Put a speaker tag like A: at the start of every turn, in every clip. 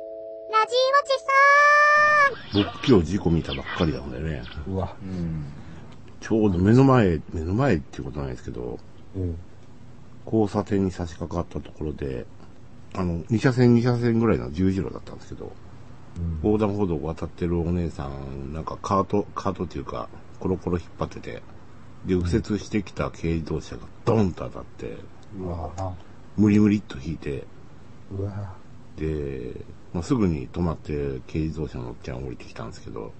A: じおちさん。
B: 僕今日事故見たばっかりなんでね。
C: うわ。
D: うん。
B: ちょうど目の前、目の前っていうことないですけど、
C: うん。
B: 交差点に差し掛かったところで、あの、2車線2車線ぐらいの十字路だったんですけど、横断歩道を渡ってるお姉さん、なんかカート、カートっていうか、コロコロ引っ張ってて、で、右折してきた軽自動車がドンと当たって、
C: うわ。
B: 無理無理っと引いて、
C: うわ。
B: で、まあ、すぐに止まって軽自動車のおっちゃん降りてきたんですけど、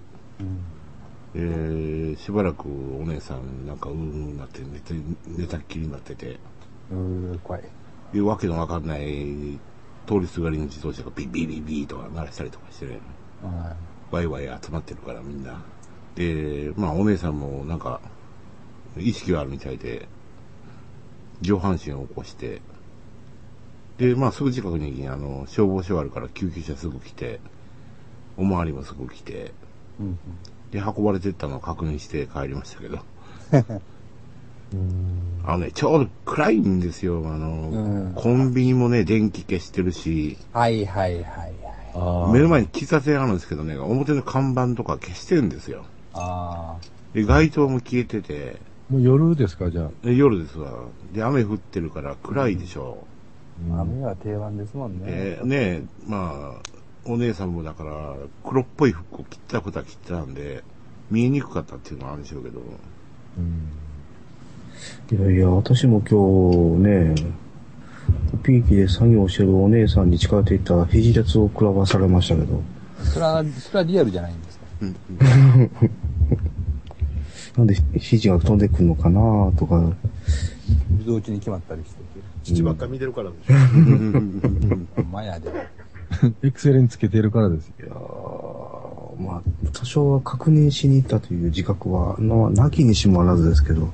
B: えー、しばらくお姉さんなんかうーんなって寝て、寝たっきりになってて、
C: うん。うん、怖い。
B: いうわけのわかんない通りすがりの自動車がビッビッビッビッとか鳴らしたりとかしてね、
C: うん。
B: ワイワイ集まってるからみんな。で、まあお姉さんもなんか、意識があるみたいで、上半身を起こして、で、まあすぐ近くにあの消防署があるから救急車すぐ来て、おまわりもすぐ来て、
C: うん。
B: で、運ばれてったのを確認して帰りましたけど、
C: うん。
B: あのね、ちょうど暗いんですよ、あの、
C: うん
B: コンビニもね、電気消してるし、
C: はいはいはいはい。
D: あ
B: 目の前に喫茶店あるんですけどね、表の看板とか消してるんですよ。
C: あ
B: で、街灯も消えてて、
D: もう夜ですか、じゃあ。
B: で夜ですわ。で、雨降ってるから暗いでしょ
D: う
C: あ。
D: ん
C: 雨は定番ですもん
B: う。
C: ね。
B: でねえ、まあ、お姉さんもだから、黒っぽい服を切ったことは切ってたんで、見えにくかったっていうのはあるんでしょうけど、
D: うん
E: いやいや、私も今日ね、コピー機で作業してるお姉さんに近寄っていったら、肘鉄を食らわされましたけど、
C: それは、それはリアルじゃないんですか。
B: うん
E: なんで肘が飛んでくるのかなとか、
C: 自動機に決まったりして。
F: 父ばっか見てるからでし
C: マヤで。
D: エクセレンつけてるからですよ。
E: いやーまあ、多少は確認しに行ったという自覚は、な、なきにしもあらずですけど、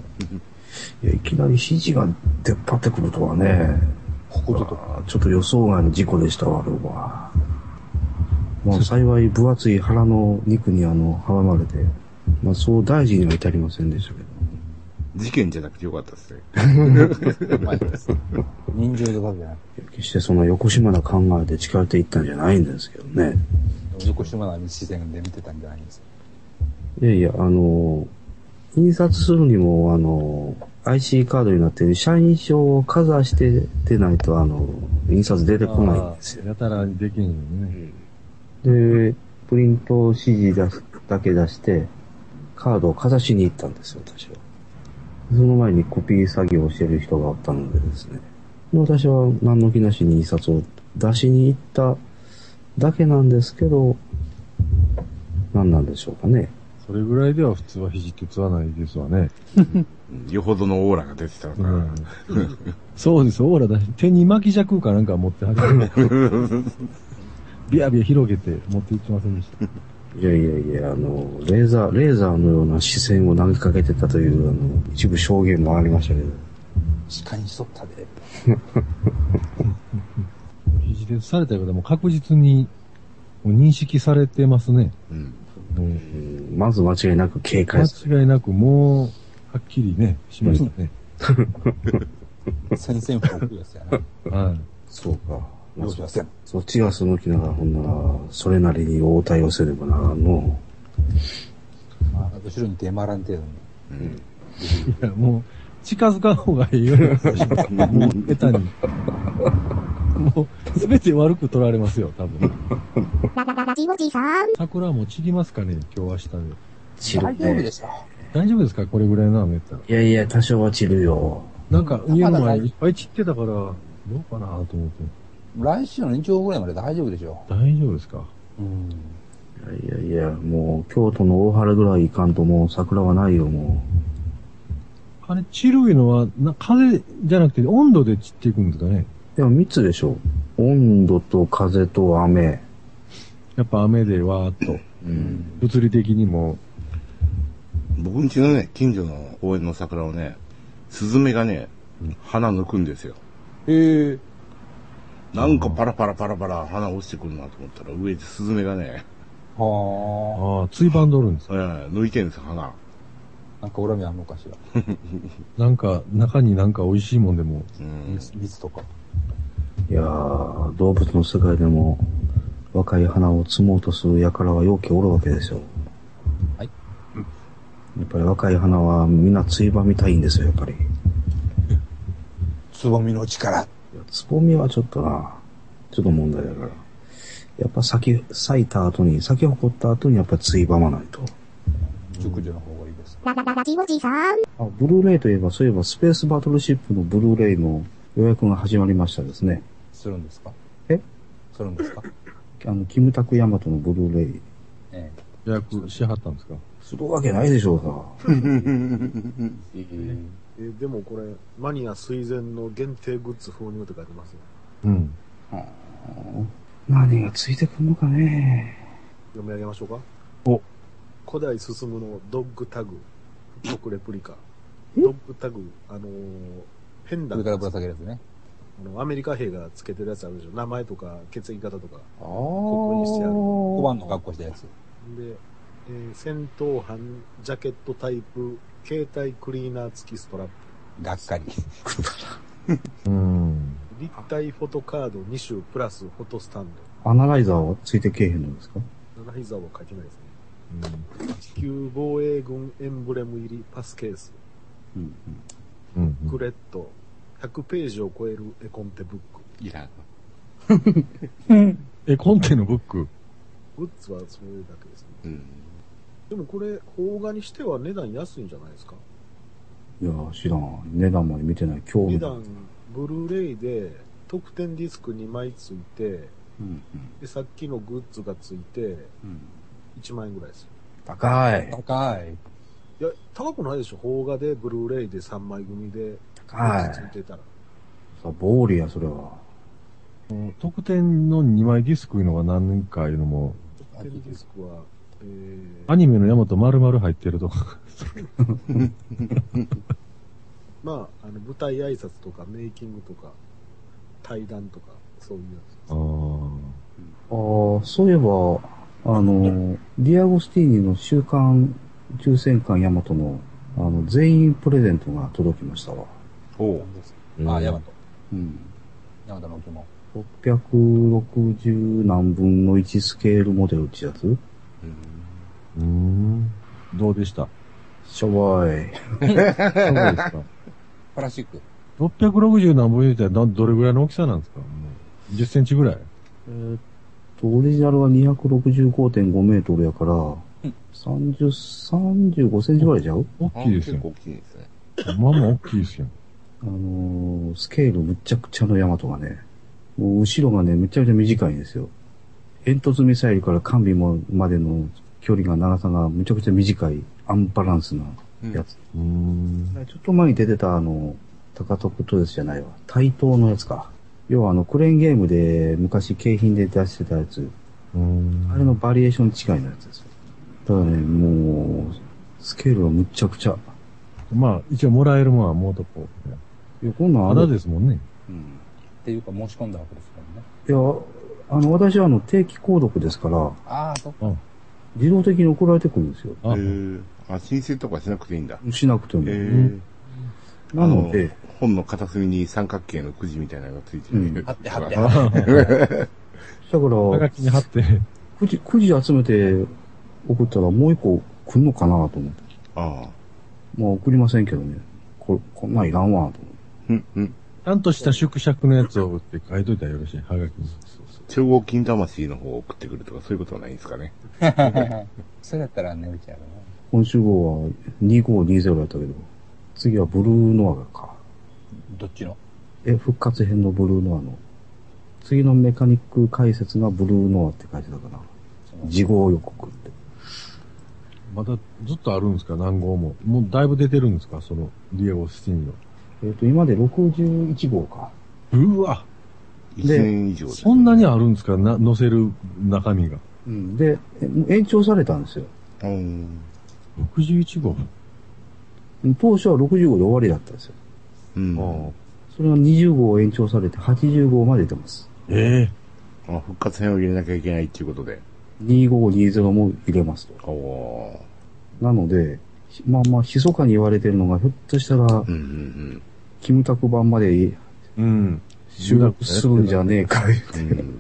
E: いや、いきなり肘が出っ張ってくるとはね、
C: ここと
E: あーちょっと予想外の事故でしたわ、あれは。まあ、幸い分厚い腹の肉にあの、阻まれて、まあ、そう大事には至りませんでしたけど。
B: 事件じゃなくてよかったですね。
C: マヤです。人情とかじゃなくて、
E: いや決してその横島な考えで近寄っていったんじゃないんですけどね。
C: 横島な視線で見てたんじゃないんです
E: いやいや、あの、印刷するにも、あの、IC カードになってる社員証をかざしてでないと、あの、印刷出てこないんですよ。
D: やたらできんよね。
E: で、プリント指示出すだけ出して、カードをかざしに行ったんですよ、私は。その前にコピー作業をしてる人がおったのでですね。私は何の気なしに印刷を出しに行っただけなんですけど、何なんでしょうかね。
D: それぐらいでは普通は肘鉄はないですわね。
B: うんよほどのオーラが出てたのか
D: う
B: な。
D: ん、 そうです、オーラだし、手に巻き尺かなんか持ってはる。 ビヤビヤ広げて持っていってませんでした。
E: いやいやいや、あの、レーザー、レーザーのような視線を投げかけてたという、あの、一部証言もありましたけど。
C: よ。鹿にしとったで。
D: 肘鉄された方も確実にもう認識されてますね。
B: うん。
D: もう
E: うんまず間違いなく警戒する。
D: 間違いなくもう、はっきりね、しましたね。
C: 先々服送るやつやな。
D: はい。
E: そうか。まあ
C: 容赦はせん。
E: そっちがその気なら、ほんなら、それなりに応対をせねばならんの。
C: まあ、後ろに出回らん程度に。
D: いや、もう、近づかん方がいいような気がしますもう、下手に。もう、すべて悪く取られますよ、多分。
A: ララララジオチさん。
D: 桜はもう散りますかね、今日明日で。
E: 散
C: 大
E: る
C: 丈夫で
E: ね。
C: しょ。
D: 大丈夫ですかこれぐらいの雨やったら。
E: いやいや、多少は散るよ。
D: なんか、家の前いっぱい散ってたから、どうかなと思って。
C: 来週の日曜ぐらいまで大丈夫でしょ。
D: 大丈夫ですか
C: うん。
E: いやいやいや、もう、京都の大原ぐらい行かんともう桜はないよ、も
D: あれ、散るいうのは、な、風じゃなくて、温度で散っていくんですかね
E: う。でも3つでしょ。温度と風と雨。
D: やっぱ雨でわーっと、
E: うん。
D: 物理的にも、
B: 僕ん家のね、近所の公園の桜をね、スズメがね、花抜くんですよ。
C: ええ。
B: なんかパラパラパラパラ花落ちてくるなと思ったら、上でスズメがね、
C: は
D: ああ、ついばんどるんです
B: えー抜いてるんですよ、花。
C: あ。なんか恨みあんのかしら。
D: なんか、中になんか美味しいもんでも、
B: うん。
C: 蜜とか。
E: いやー、動物の世界でも、若い花を摘もうとする輩はようけおるわけですよ。
D: はい。
E: やっぱり若い花はみんなついばみたいんですよ、やっぱり。
C: つぼみの力。
E: いやつぼみはちょっとな、ちょっと問題だから。やっぱ咲き、咲いた後に、咲き誇った後にやっぱついばまないと。
C: 熟女の方がいいです。
A: ララララジオジさん。
E: あ、ブルーレイといえば、そういえばスペースバトルシップのブルーレイの予約が始まりましたですね。
C: するんですか
E: え
C: するん ですか
E: あの、キムタクヤマトのブルーレイ。
C: ええ
D: 予約しはったんですか
E: するわけないでしょうさ。
F: えーでもこれ、マニア垂涎の限定グッズ購入って書いてますよ。
D: うん。
E: 何がついてくんのかね。
F: 読み上げましょうか。
D: お
F: 古代進むのドッグタグ、復刻レプリカ。ドッグタグ、あのーペンダン
C: 上から
F: ト
C: ぶ
F: で
C: ら
F: す
C: 下げるやつね。
F: あのアメリカ兵がつけてるやつあるでしょ。名前とか血液型とか。
C: ああ。
F: こにしてある
C: 小判の格好したやつ。
F: で、えー戦闘班、ジャケットタイプ、携帯クリーナー付きストラップ。
C: がっかり。
D: うん。
F: 立体フォトカード2種プラスフォトスタン
E: アナライザーはついてけえへんのですか
F: ド。ライザーは書いてないですね。地球防衛軍エンブレム入りパスケース、
E: うん。
D: うん
F: クレット、100ページを超える絵コンテブック。
B: いや、
D: え、コンテのブック。
F: グッズはそれだけですね。
B: うん。
F: でもこれ、邦画にしては値段安いんじゃないですか
E: いや、知らん。値段まで見てない。興味
F: 値
E: ない
F: 段、ブルーレイで特典ディスク2枚ついて、
B: うん。
F: で、さっきのグッズがついて、
B: うん。
F: 1万円ぐらいです
E: 高い。
C: 高い。
F: よ。いや、高くないでしょ邦画で、ブルーレイで3枚組で、グ
E: 高
F: ッ
E: い
F: ズ。ついてたら。
E: さ、暴利や、それは。
D: 特典の2枚ディスクいうのが何年かいうのも、
F: 特典ディスクは、えー、
D: アニメの山と丸々入ってるとか。
F: まあ、あの舞台挨拶とかメイキングとか対談とかそういうやつ。
D: ああ。
E: ああ、そういえば、あの、ディアゴスティーニの週刊抽選館ヤマトの、あの、全員プレゼントが届きましたわ。
B: おう。
C: ああ、ヤマト。
B: うん。
C: ヤマトの置物。
E: 660何分の1スケールモデルってやつ
D: うん。どうでした
E: しょぼい。
D: どうです か
C: プラスチック。
D: ?660 何本言うたらなどれぐらいの大きさなんですかもう ?10 センチぐらい
E: えーっと、オリジナルは265.5メートルやから、30、35センチぐらいちゃう
D: 大きいです
B: 結
D: よ
B: 構。大きいですね。
D: まあまあ大きいですよ。
E: あのースケールむっちゃくちゃのヤマトがね、もう後ろがね、むちゃくちゃ短いんですよ。煙突ミサイルから完備もまでの距離が長さがむちゃくちゃ短い、アンバランスなやつ。
D: うーん。
E: ちょっと前に出てたあの、高徳トヨスじゃないわ。対等のやつか。要はあの、クレーンゲームで昔景品で出してたやつ。
D: うーん
E: あれのバリエーション違いのやつですよ。ただね、もう、スケールはむちゃくちゃ。
D: まあ、一応もらえるもんはもうとこう。
E: いや、こんなん
D: ま
E: あの
D: だですもんね。
B: うん。
C: っていうか申し込んだわけですからね。
E: いや、あの、私はあの、定期購読ですから、
C: ああ、そっか。
E: 自動的に送られてくるんですよ。
B: え
D: あ、
B: ー、あ、申請とかしなくていいんだ。
E: しなくても。
B: えー
D: ん
E: なので、、
B: あ本の片隅に三角形のくじみたいなのがついてる。
E: うん
C: 貼って貼って
B: あ
D: あ
E: だか
D: は
E: ら
D: が、きに貼って。
E: くじ、くじ集めて送ったらもう一個来んのかなと思って。
B: あ。
E: まあ送りませんけどね。こ、こんなんいらんわと思って。
B: うん、うん。
D: ちゃんとした縮尺のやつを打って書いといたらよろしい。はがきに。
B: 超合金魂の方を送ってくるとか、そういうことはないんですかね。
C: それだったら値打ちやろ
E: 今週号は2520やったけど、次はブルーノアか。
C: な。どっちの
E: え、復活編のブルーノアの。次のメカニック解説がブルーノアって書いてたかな。事後予告って。
D: まだずっとあるんですか何号も。もうだいぶ出てるんですかその、リエゴスティンの。
E: えっ、と、今で61号か。
D: うわ
B: 一年以上です
D: そんなにあるんですかな、載せる中身が。
E: うん。で、え延長されたんですよ。
B: うん。
D: 61号。
E: 当初は60号で終わりだったんですよ。
B: うん。
E: それが20号延長されて80号まで出ます。
D: ええ
B: あ復活編を入れなきゃいけないっていうことで。
E: 2520も入れますと。
B: おお
E: なので、ひまあまあ、密かに言われてるのが、ひょっとしたら
B: ー。う、んうん
E: キムタク版まで
D: うん。
E: 収録するんじゃねえか、言う
B: う
E: て
B: ん。うん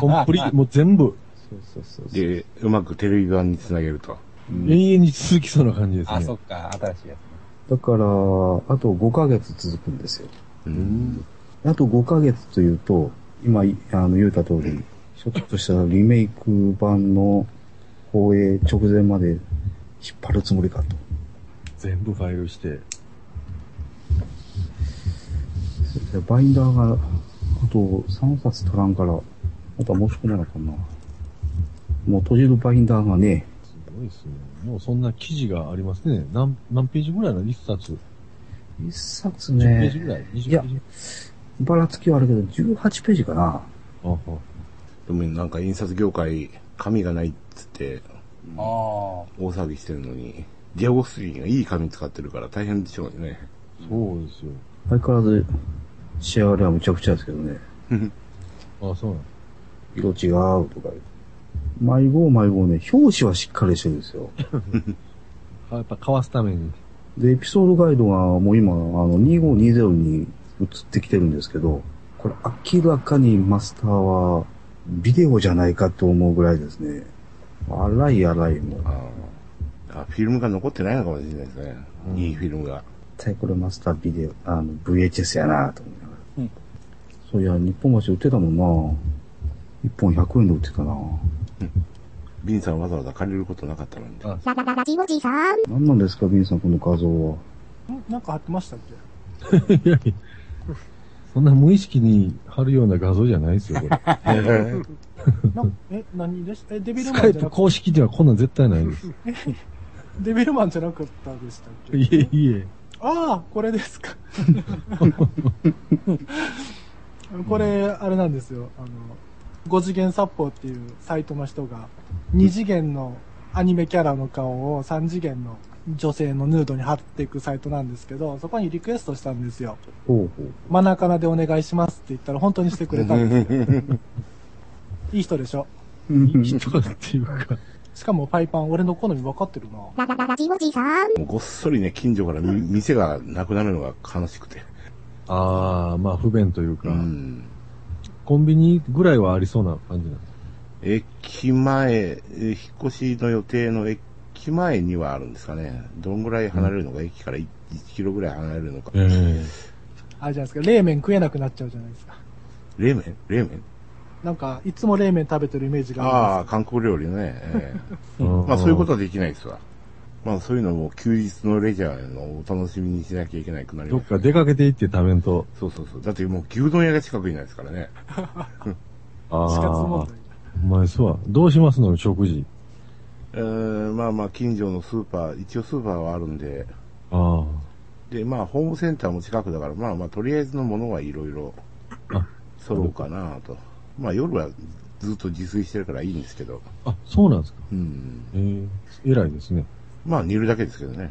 D: コンプリもう全部、
E: そうそうそうそう。
B: で、うまくテレビ版につなげると。
D: 永遠に続きそうな感じですね。
G: あ、そっか、新しいや
E: だから、あと5ヶ月続くんですよ。
B: うん。
E: あと5ヶ月というと、今、いあの、言うた通り、ちょっとしたリメイク版の放映直前まで引っ張るつもりかと。
D: 全部ファイルして。
E: でバインダーが、あと3冊足らんから、また申し込まなあかんな。もう閉じるバインダーがね、
D: すごいですね。もうそんな記事がありますね。何、何ページぐらいなの一冊。
E: 1冊
D: 10ページ
E: ね、
D: ぐらい ?20 ページ
E: いやばらつきはあるけど、18ページかな。
D: あは
B: でもなんか印刷業界、紙がないっつって、
G: つも。あ
B: 大騒ぎしてるのに、ディアゴスリーがいい紙使ってるから大変でしょうね。
D: そうですよ。
E: 相変わらず、シェアレはむちゃくちゃですけどね。
D: あそうなん
E: 色違うとか言う。迷子迷子ね、表紙はしっかりしてるんですよ。
D: あやっぱかわすために。
E: で、エピソードガイドがもう今、あの、2520に移ってきてるんですけど、これ明らかにマスターはビデオじゃないかと思うぐらいですね。荒い荒いもう。絶
B: ああ。フィルムが残ってないのかもしれないですね。いいフィルムが。
E: 対これマスタービデオ、あの、VHS やなと思いながら。
G: うん
E: そういや、日本橋売ってたもんな一本100円で売ってたな
B: ビンさんわざわざ借りることなかった のに。
D: あ
A: ララララジオジさん。
E: 何なんですか、ビンさん、この画像は。
H: んなんか貼ってましたっけ
D: いやいやそんな無意識に貼るような画像じゃないですよ、これ。
H: なんえ、何でしたえ、デビル
D: ス
H: マ
D: カ
H: ン
D: イ
H: じゃな
D: プ
H: く
D: 公式ではこんなん絶対ないです。
H: デビルマンじゃなかったでしたっ け
D: いえいえ。
H: ああ、これですか。これ、あれなんですよ。あの、五次元殺法っていうサイトの人が、二次元のアニメキャラの顔を三次元の女性のヌードに貼っていくサイトなんですけど、そこにリクエストしたんですよ。
E: ほうほう。
H: マナカナでお願いしますって言ったら本当にしてくれたんですよ。いい人でしょ。
D: 人っていうか。
H: しかもパイパン、俺の好み分かってるな。
A: ララララジオジさん。
B: もうごっそりね、近所からみ店がなくなるのが悲しくて。
D: ああ、まあ不便というか、
B: うん。
D: コンビニぐらいはありそうな感じなんです。
B: 駅前、え引っ越しの予定の駅前にはあるんですかね。どんぐらい離れるのか、駅から 1, キロぐらい離れるのか。
D: え
H: あれじゃないですか。冷麺食えなくなっちゃうじゃないですか。
B: 冷麺冷麺
H: なんか、いつも冷麺食べてるイメージがあ
B: あ
H: る
B: あ、韓国料理ね。ええ
D: え
B: まあそういうこと
D: と。
B: はできないですわ。まあそういうのも休日のレジャーのお楽しみにしなきゃいけなくなり
D: ど
B: ま
D: っ
B: す。
D: か出かけて行って食べんと。
B: そうそうそう。だってもう牛丼屋が近くにないですからね。
D: あ
H: んですよ。死活
D: あ
H: 問、題。
D: お前そうは。どうしますの食事。
B: えー、まあまあ近所のスーパー、一応スーパーはあるんで、
D: あ
B: でまあホームセンターも近くだから、まあまあとりあえずのものはいろいろ
D: あ
B: 揃うかなと。まあ夜はずっと自炊してるからいいんですけど、
D: あ。あ、そうなんですか。
B: うん。
D: ええ偉いですね。
B: まあ煮るだけですけどね。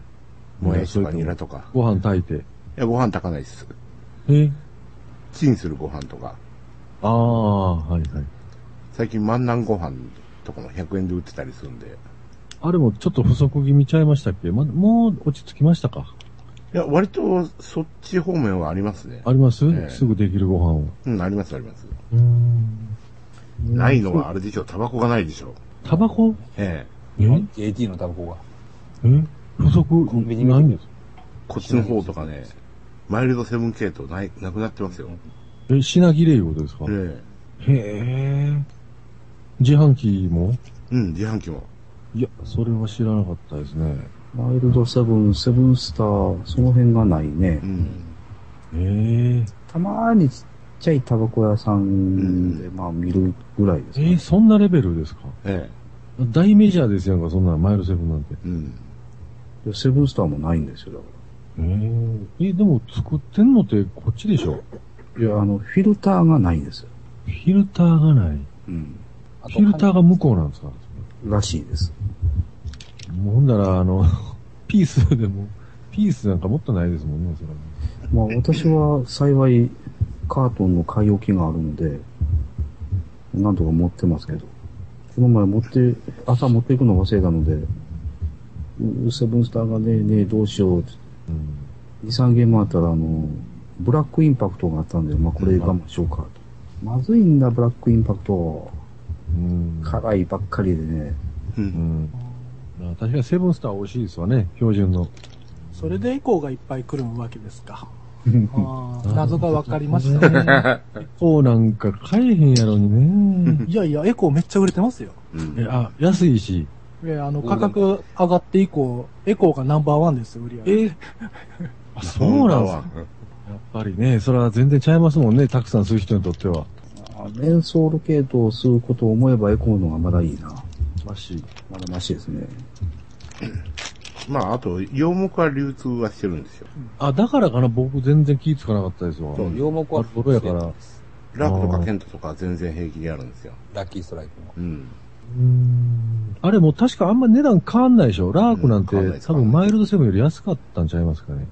B: もやしとかニラとか。
D: ご飯炊い
B: い
D: て。
B: や、ご飯炊かないです。
D: え
B: チンするご飯とか。
D: ああ、はいはい。
B: 最近万南ご飯とかも100円で売ってたりするんで。
D: あれもちょっと不足気味ちゃいましたっけま、もう落ち着きましたか
B: いや、割とそっち方面はありますね。
D: あります、
B: ええ
D: すぐできるご飯を。
B: うん、ありますあります。
D: うーん。
B: ないのはあれでしょ、タバコがないでしょ。
D: タバコ
B: ええ。
D: え
G: あ。JT のタバコが。
D: え不足
G: ンビニ
D: ないんです
B: こっちの方とかね、マイルドセブン系統ない、なくなってますよ。
D: え、品切れいうことですか、
B: ええ。
D: へえ。自販機も
B: うん、自販機も。
D: いや、それは知らなかったですね。
E: ワイルドセブン、セブンスター、その辺がないね
B: う。ん。
D: え
E: たまにちっちゃいタバコ屋さんで、まあ見るぐらいです
D: え。え
E: かね、
D: ーそんなレベルですか
B: え
D: 大メジャーですやんか、そんなマイルセブンなんて。
B: え。うん。
E: でセブンスターもないんですよ、だか
D: えええ、でも作ってんのってこっちでしょ
E: ら。いや、あの、フィルターがないんですよ。
D: フィルターがない。
E: うん。
G: あ
D: フィルターが向こうなんですか
E: らしいです。
D: もうほんだら、あの、 ピースでも、ピースなんかもっとないですもんね、それはね
E: まあ私は幸い、カートンの買い置きがあるので、なんとか持ってますけど。この前持って、朝持っていくの忘れたので、うセブンスターがねえねえどうしようって。
D: うん。
E: 2、3ゲームあったら、あの、ブラックインパクトがあったんで、まあこれ我慢しようかと。まずいんだ、ブラックインパクト。
D: うん。
E: 辛いばっかりでね。
B: う。
D: うんん。まあ確かにセブンスター美味しいですわね、標準の。
H: それで以降がいっぱい来るわけですか。あ
D: う
H: ー
D: ん
H: 謎が分かりましたね。
D: こうなんか買えへんやろにね。
H: いやいや、エコーめっちゃ売れてますよ。
B: うん
D: えあ、安いし。
H: えあの、価格上がって以降、エコーがナンバーワンですよ、売り上げ。
D: えあそうなんですか。やっぱりね、それは全然ちゃいますもんね、たくさんする人にとっては。
E: メンソール系統を吸うことを思えばエコーの方がまだいいな。
D: マシ
E: まだマシですね。
B: まあ、あと、洋木は流通はしてるんですよ。
D: あ、だからかな、僕全然気ぃつかなかったですわ。
B: そう
G: 洋木は
D: ボロやから
B: ラークとかテントとかは全然平気でやるんですよ。
G: ラッキーストライクも。
B: うん。
D: あれもう確かあんま値段変わんないでしょラークなんて、
B: うん変わんない
D: 多分マイルドセブンより安かったんちゃいますかね。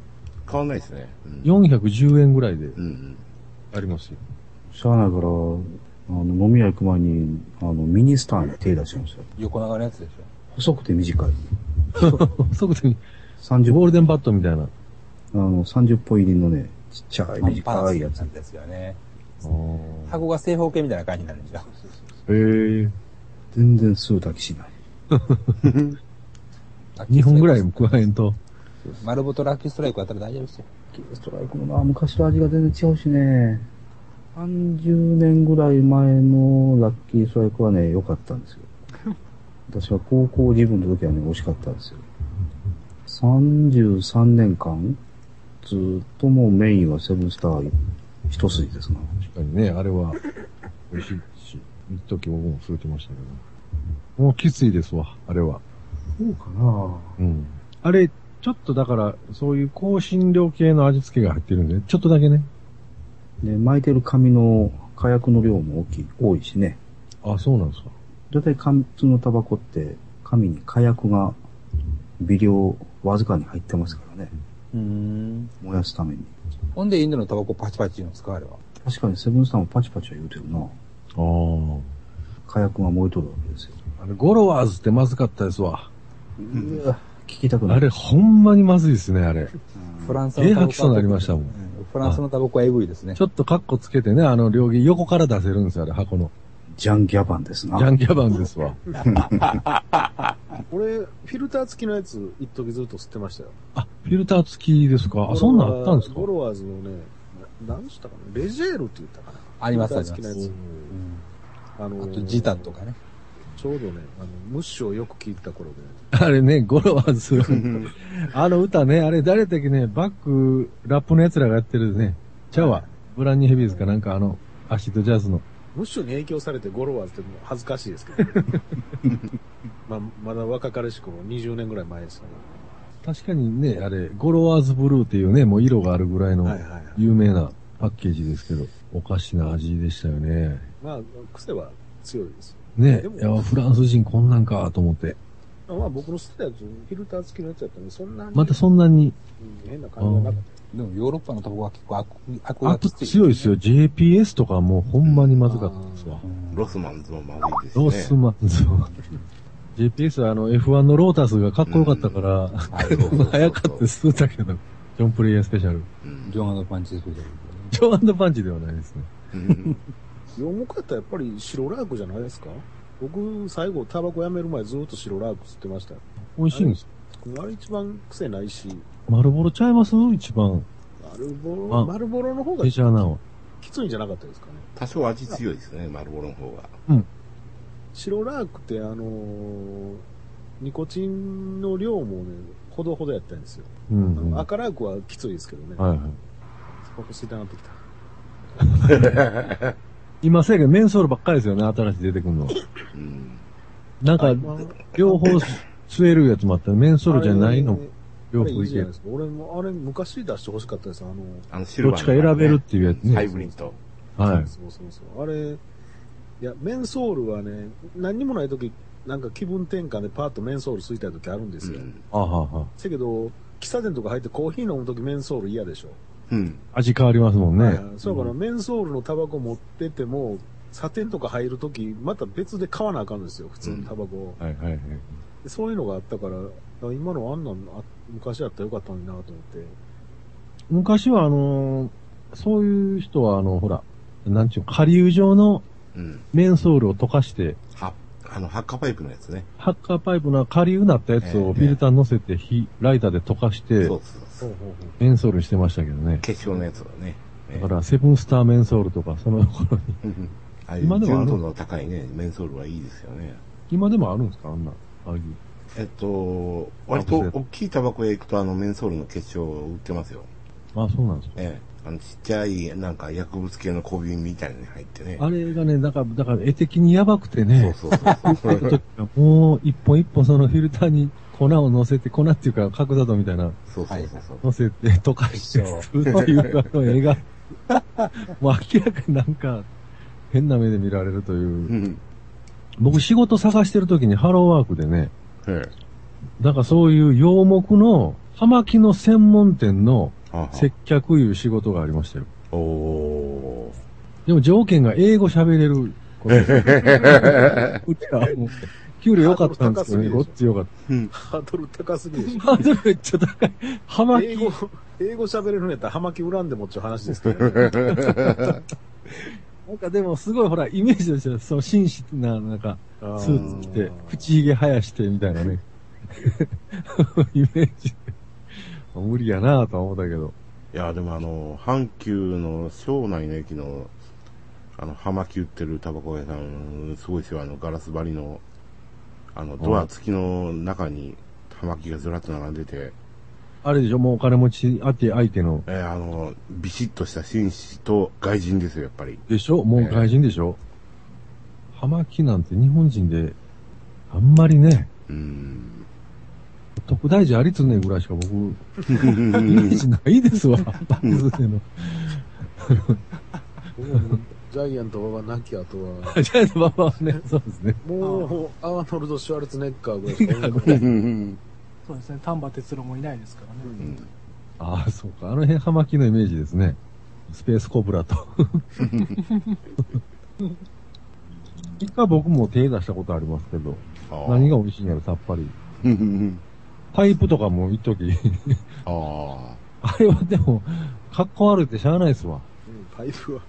B: 変わんないですね。うん。
D: 410円ぐらいで
B: うんうん。
D: ありますよ。
E: しゃあないから、あの、飲み屋行く前に、あの、ミニスターに手出しましたよ。
G: 横長のやつでし
E: 細くて短い。
D: 即座に、
E: 30
D: ゴー
E: 本、
D: ルデンバットみたいな。
E: あの、30本入りのね、ちっちゃい
G: ょ。パンパ
E: 短
G: ン
E: いやつ
G: な。んですよね。
D: あ
G: 箱が正方形みたいな感じになるんですよ。
D: ええー。
E: 全然吸うた気しない。
D: 2本ぐらいも加えんと。
G: 丸ごとラッキーストライクやったら大丈夫ですよ。
E: ストライクもな、昔と味が全然違うしね。30年ぐらい前のラッキーストライクはね、良かったんですよ。 私は高校自分の時はね、惜しかったんですよ。33年間、ずっともうメインはセブンスター一筋ですな。
D: 確かにね、あれは、美味しいし、一時僕も吸うてましたけど。もうきついですわ、あれは。
E: そうかな
D: うん。あれ、ちょっとだから、そういう香辛料系の味付けが入ってるんで、ちょっとだけね。
E: で、巻いてる紙の火薬の量も大きい、多いしね。
D: あ、そうなんですか。
E: だいたい普通のタバコって、紙に火薬が微量わずかに入ってますからね。
G: うん。
E: 燃やすために。
G: ほんで、インドのタバコパチパチ言うんですかあれは。
E: 確かにセブンスターもパチパチは言うてるな。
D: ああ。
E: 火薬が燃えとるわけですよ。
D: あれ、ゴロワーズってまずかったですわ。
E: うわ聞きたくな
D: あ
E: い。
D: れ、ほんまにまずいですね、あれ。
G: フランスの
D: ええ
G: タバコは
D: 吐きそうになりましたもん
G: う。フランスのタバコはエグいですね
D: ち。ょっとカッコつけてね、あの、両毛横から出せるんですよ、あれ、箱の。
E: ジャンギャバンです
D: ジ
E: な。
D: ャンギャバンですわ。
F: 俺、フィルター付きのやつ、一時ずっと吸ってましたよ。
D: あ、フィルター付きですかあ、そんなんあったんですか
F: ゴロワーズのね、ななんしたかなレジェールって言ったかな
G: あります
F: フ
G: あ
F: ィル
G: りま
F: ター付きのや
G: す。
F: つ。
G: うん
F: あの
G: あ
F: ー
G: と、ジタンとかね。
F: ちょうどね、あの、ムッシュをよく聞いた頃で、
D: あれね、ゴロワーズ。あの歌ね、あれ誰だっけね、バック、ラップの奴らがやってるね。ちゃうわ。ブランニーヘビーズかなんかあの、アシッドジャズの。
F: ムッシュに影響されてゴロワーズってもう恥ずかしいですけど、ね、まあ、まだ若かりし頃、20年ぐらい前ですか
D: 確かにね、あれ、ゴロワーズブルーっていうね、もう色があるぐらい
F: ら、
D: の
F: はいはいはい。
D: 有名なパッケージですけど、おかしな味でしたよね。
F: まあ、癖は強いです。
D: ね
F: でも、
D: いやフランス人こんなんかと思って。
F: まあ、僕の吸ってたやつ、フィルター付きのやつだったんで、そんなに、
D: またそんなに、
F: うん変な感じはなかっ
G: でも、ヨーロッパのタバコは結構アク、アク
D: あ
G: が
D: と
G: きつい。
D: 強いですよ。。JPS とかもうほんまにまずかったですわ。
B: ロスマンズもまずいですね。
D: ロスマンズは。JPS はあの F1 のロータスがかっこよかったから、 早かったです。だけど、ジョンプレイヤースペシャル。
B: うん。
G: ジョンパンチスペシャル。
D: ジョンパンチではないですね。
B: うん
F: た。洋木だったらやっぱり白ラークじゃないですか僕、最後、タバコやめる前ずっと白ラーク吸ってましたよ。
D: 美味しいんです。
F: あれ一番癖ないし、
D: 丸ボロちゃいます一番。
F: マルボ
D: あ
F: ロ、マルボロの方が
D: メジャーなのは。
F: きついんじゃなかったですかね。
B: 多少味強いですね、丸ボロの方が。
F: 白ラークってあのーニコチンの量もね、ほどほどやったんですよ。
D: うん
F: あ、
D: うん。
F: の
D: はい
F: 赤ラークはきついですけどね。
D: はい。
F: タバコ吸いたくなってきた。
D: 今せやけどメンソールばっかりですよね、新しい出てくるのは。
B: うん。
D: なんか、両方吸えるやつもあったら、メンソールじゃないの
F: あれ
D: 両
F: あれい
D: 方
F: い
D: い
F: じ
D: け
F: ゃな
D: る
F: いで。すか。俺もあれ昔出してほしかったです。あの、
B: あの、シル
D: どっ
B: バー
D: ち
B: の
D: か
B: ね、
D: 選べるっていうやつ
B: ハイ
D: ね。
B: ブリッド。
D: はい。
F: そうそうそう。あれ、いや、メンソールはね、何にもない時、なんか気分転換でパーッとメンソール吸いたい時あるんで
B: う
F: すよ。
B: ん。
D: あはは
F: せやけど、喫茶店とか入ってコーヒー飲む時メンソール嫌でしょ。
B: うん。
D: 味変わりますもんね。
F: そうやから、メンソールのタバコ持ってても、サテンとか入るとき、また別で買わなあかんですよ、普通のタバコを、
D: はいはいはい。
F: でそういうのがあったから、あ今のあんなんあ昔あったらよかったのになと思って。
D: 昔はあのーそういう人はあの、ほら、なんちゅうの、下流状の
B: うん。
D: メンソールを溶かして、
B: は、あの、ハッカパイプのやつね。
D: ハッカーパイプの下流になったやつ
B: ええ
D: をフィルターに乗せて、火、ライターで溶かして
B: そ、うそうそう。
D: メンソールしてましたけどね。
B: 結晶のやつだね。
D: だから、セブンスターメンソールとか、その 頃に。
B: うんああいう
D: 今でもあ
B: 純
D: る
B: 度の高いね、メンソールはいいですよね。
D: 今でもあるんですかあんな、ああいう。
B: えっと、割と大きいタバコ屋行くとあのメンソールの結晶を売ってますよ。
D: あ、そうなんですか。
B: ええ。あのちっちゃいなんか薬物系の小瓶みたいに入ってね。
D: あれがね、だから、だから絵的にやばくて
B: そう
D: ね、
B: そうそう そう。
D: もう一本一本そのフィルターに粉を乗せて、粉っていうか角砂糖みたいな、
B: そうそうそうそう。
D: 乗せて溶かして作るというあの映画、 もう明らかになんか変な目で見られるという
B: う。ん。
D: 僕仕事探してる時にハローワークでね、
B: ええ
D: だからそういう洋木の葉巻の専門店の
B: はあはあ
D: 接客いう仕事がありましたよ。
B: おー。
D: でも条件が英語喋れること。うちはもう給料良かったんですけどね、ごっつ良かった。
F: ハードル高す ぎでしょ。
D: ハードルめっちゃ高い。葉
F: 英
D: 巻
F: 語、英語喋れるんやったら、葉巻恨んでもっちゅう話ですけ どね。
D: なんかでもすごいほら、イメージとしては、その紳士な、なんか、
F: あー
D: スーツ着て、口ひげ生やして、みたいなね。 イメージ。無理やなぁとは思ったけど。
B: いや、でもあの、阪急の庄内の駅の、あの、葉巻売ってるタバコ屋さん、すごいですよ。あの、ガラス張りの、あの、ドア付きの中に、葉巻がずらっと並んでて、
D: あれでしょ、もうお金持ちあって相手の。
B: えーあの、ビシッとした紳士と外人ですよ、やっぱり。
D: でしょもう外人でしょ、葉巻なんて日本人で、あんまりね、
B: うーん。
D: 特大寺ありつねぐらいしか僕、イメージないですわ。バリつねの。
F: うんジャイアント馬場なきあとは、
D: ジャイアントババはね、そうですね。
F: もう、アーノルド・シュワルツェネッカーぐらいしか思い浮かばない
B: うん
H: そうですね、丹波哲郎もいないですからね。
D: ああ、そうか。あの辺、葉巻のイメージですね。スペースコブラと。一回僕も手出したことありますけど、
B: あー
D: 何が美味しいんやろ、さっぱり。パイプとかも一時
B: ああ。
D: あれはでも、格好悪いってしゃあないですわ。
F: うんパイプは。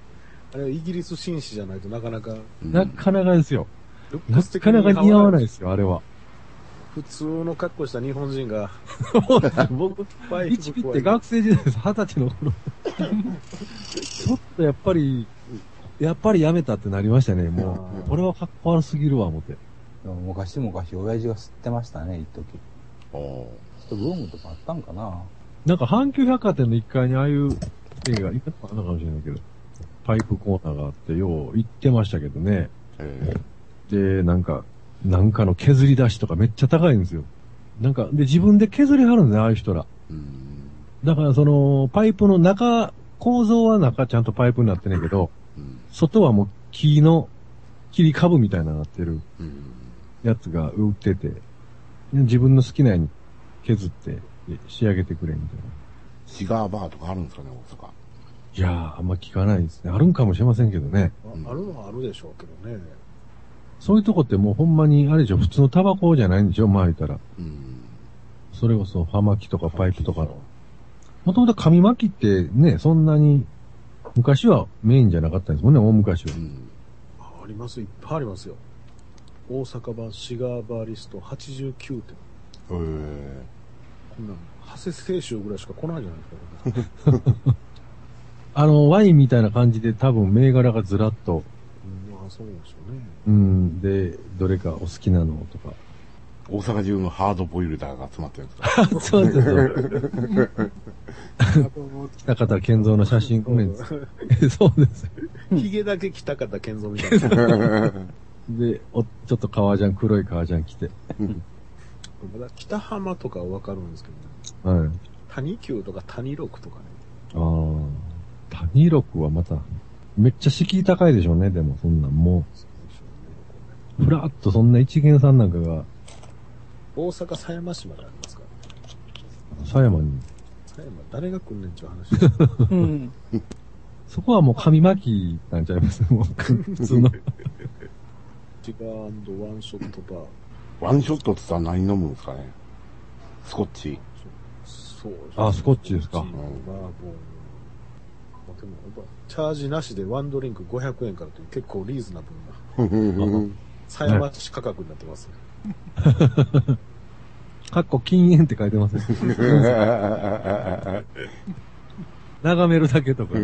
F: あれはイギリス紳士じゃないとなかなか、
B: うん
D: なかなかですよ。
F: ルッ
D: な
F: クス的
D: かなか似合わない
F: い。
D: ですよ、あれは。
F: 普通の格好した日本人が、
D: 僕、
F: パイ
D: 一ピ
F: プ
D: っ
F: 怖
D: て
F: い
D: 学生時代です、二十歳の頃。ちょっとやっぱり、やっぱりやめたってなりましたね、も
F: あ
D: う。これは格好悪すぎるわ、思って。
G: でも昔昔、親父が吸ってましたね、一時。ち
B: あー
G: ょっとブームとかあったんかな
D: なんか阪急百貨店の1階にああいう映画、今あるのかもしれないけど、パイプコーナーがあって、よう行ってましたけどね。
B: え
D: で、なんか、なんかの削り出しとかめっちゃ高いんですよ。なんか、で、自分で削りはるんだよ、ああいう人ら。
B: ーうん
D: だから、その、パイプの中、構造は中ちゃんとパイプになってないけど、
B: うん
D: 外はもう木の、切り株みたいなのなってる
B: うん
D: やつが売ってて、で自分の好きなように削って、で仕上げてくれみたいな。
B: シガーバーとかあるんですかね、大阪。
D: いやー、あんま聞かないですね。あるんかもしれませんけどね。
F: ああるのはあるでしょうけどね。
D: そういうとこってもうほんまに、あれでしょ、普通のタバコじゃないんでしょ、まあ言ったら。
B: うん。
D: それこそ、葉巻とかパイプとかの。もともと紙巻きってね、そんなに、昔はメインじゃなかったんですもんね、大昔は
B: う。ん。
F: あります、いっぱいありますよ。大阪版シガーバーリスト89点。
B: へえ。
F: こんなん、長谷清舟ぐらいしか来ないんじゃないですか、ね、
D: あの、ワインみたいな感じで多分銘柄がずらっと、
F: うんまあそうでしょうね。
D: うん、で、どれかお好きなのとか。
B: 大阪中のハードボイルダーが集まってるんですか
D: そうそうそう。
H: あと
D: 北方健三の写真ごめんです。 そうです。
F: ヒゲだけ北方健三みたいな。
D: で、お、ちょっと革ジャン、黒い革ジャン着て。
F: まだ北浜とかはわかるんですけどね。
D: はい。
F: 谷九とか谷六とかね。
D: ああ。谷六はまた、めっちゃ敷居高いでしょうね、でもそんなんも
F: そうでしょう
D: う。
F: ね
D: ふらっとそんな一元さんなんかが、
F: 大阪狭山市までありますから。
D: 狭山に。
F: 狭山誰が来んねんちゅう 話。
I: うん。
D: そこはもう紙巻きなんちゃいますもう、普通 の。
F: シガーワンショットバー。
B: ワンショットって言ったら何飲むんですかねスコッチ。
F: そうですね
D: あスコッチですか
F: スコッチバーボン。まあでもやっぱチャージなしでワンドリンク500円からという結構リーズナブルな、狭山市価格になってますね。
D: かっこ禁煙って書いてますね。眺めるだけとか。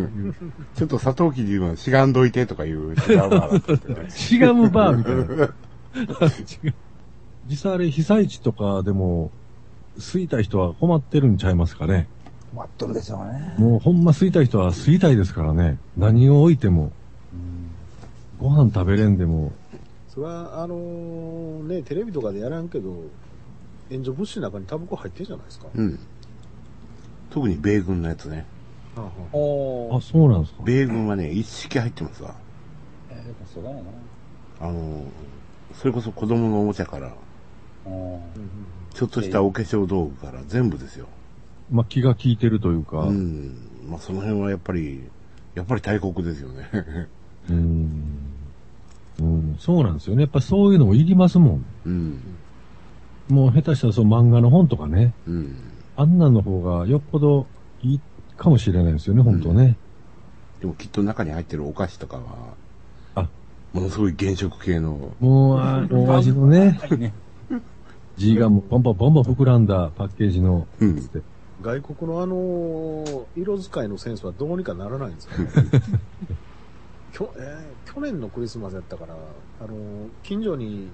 B: ちょっとサトウキビはしがんどいてとかいう違うバーだったってね
D: シガムバーみたいな。 違う実際あれ、被災地とかでも、吸いたい人は困ってるんちゃいますかね。
G: 待っとるでしょうね。
D: もうほんま吸いたい人は吸いたいですからね。何を置いても、ご飯食べれんでも、
F: それは、あのーね、テレビとかでやらんけど、援助物資の中にタバコ入ってるじゃないですか。
B: うん。特に米軍のやつね。
F: はあはあ
G: お
D: あ、そうなんですか。
B: 米軍はね、一式入ってますわ。
G: えー、でもすごいな。
B: あの、それこそ子供のおもちゃから、
G: うん。
B: ちょっとしたお化粧道具から全部ですよ。
D: まあ、気が利いてるというか。
B: うん。まあその辺はやっぱり、やっぱり大国ですよね。
D: うん。うん、そうなんですよね。やっぱそういうのもいりますもん。
B: うん。
D: もう下手したらその漫画の本とかね。
B: うん。
D: あんなの方がよっぽどいいかもしれないですよね、本当ね。
B: でもきっと中に入ってるお菓子とかは、
D: あ
B: ものすごい原色系の、
D: もう、あの、味のね、
G: はいね。
D: G がもうバンバンバンバン膨らんだパッケージの、
B: うん。
F: 外国のあのー色使いのセンスはどうにかならないんですかね。きょえー去年のクリスマスやったから、あのー近所に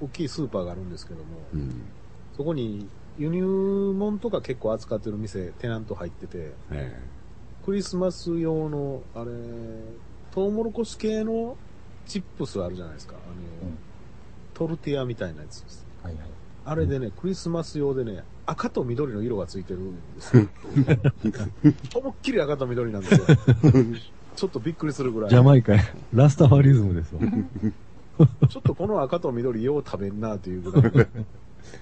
F: 大きいスーパーがあるんですけども、
B: うん。
F: そこに輸入物とか結構扱ってる店、テナント入ってて、
B: え
F: クリスマス用の、あれ、トウモロコシ系のチップスあるじゃないですか。あの、
G: うん
F: トルティアみたいなやつです。
G: はいはい。
F: あれでね、クリスマス用でね、赤と緑の色がついてるんですよ。思いっきり赤と緑なんですよ。ちょっとびっくりするぐらい。
D: ジャマイカや、ラスタファリズムですわ。
F: ちょっとこの赤と緑よう食べんなっていうぐらい。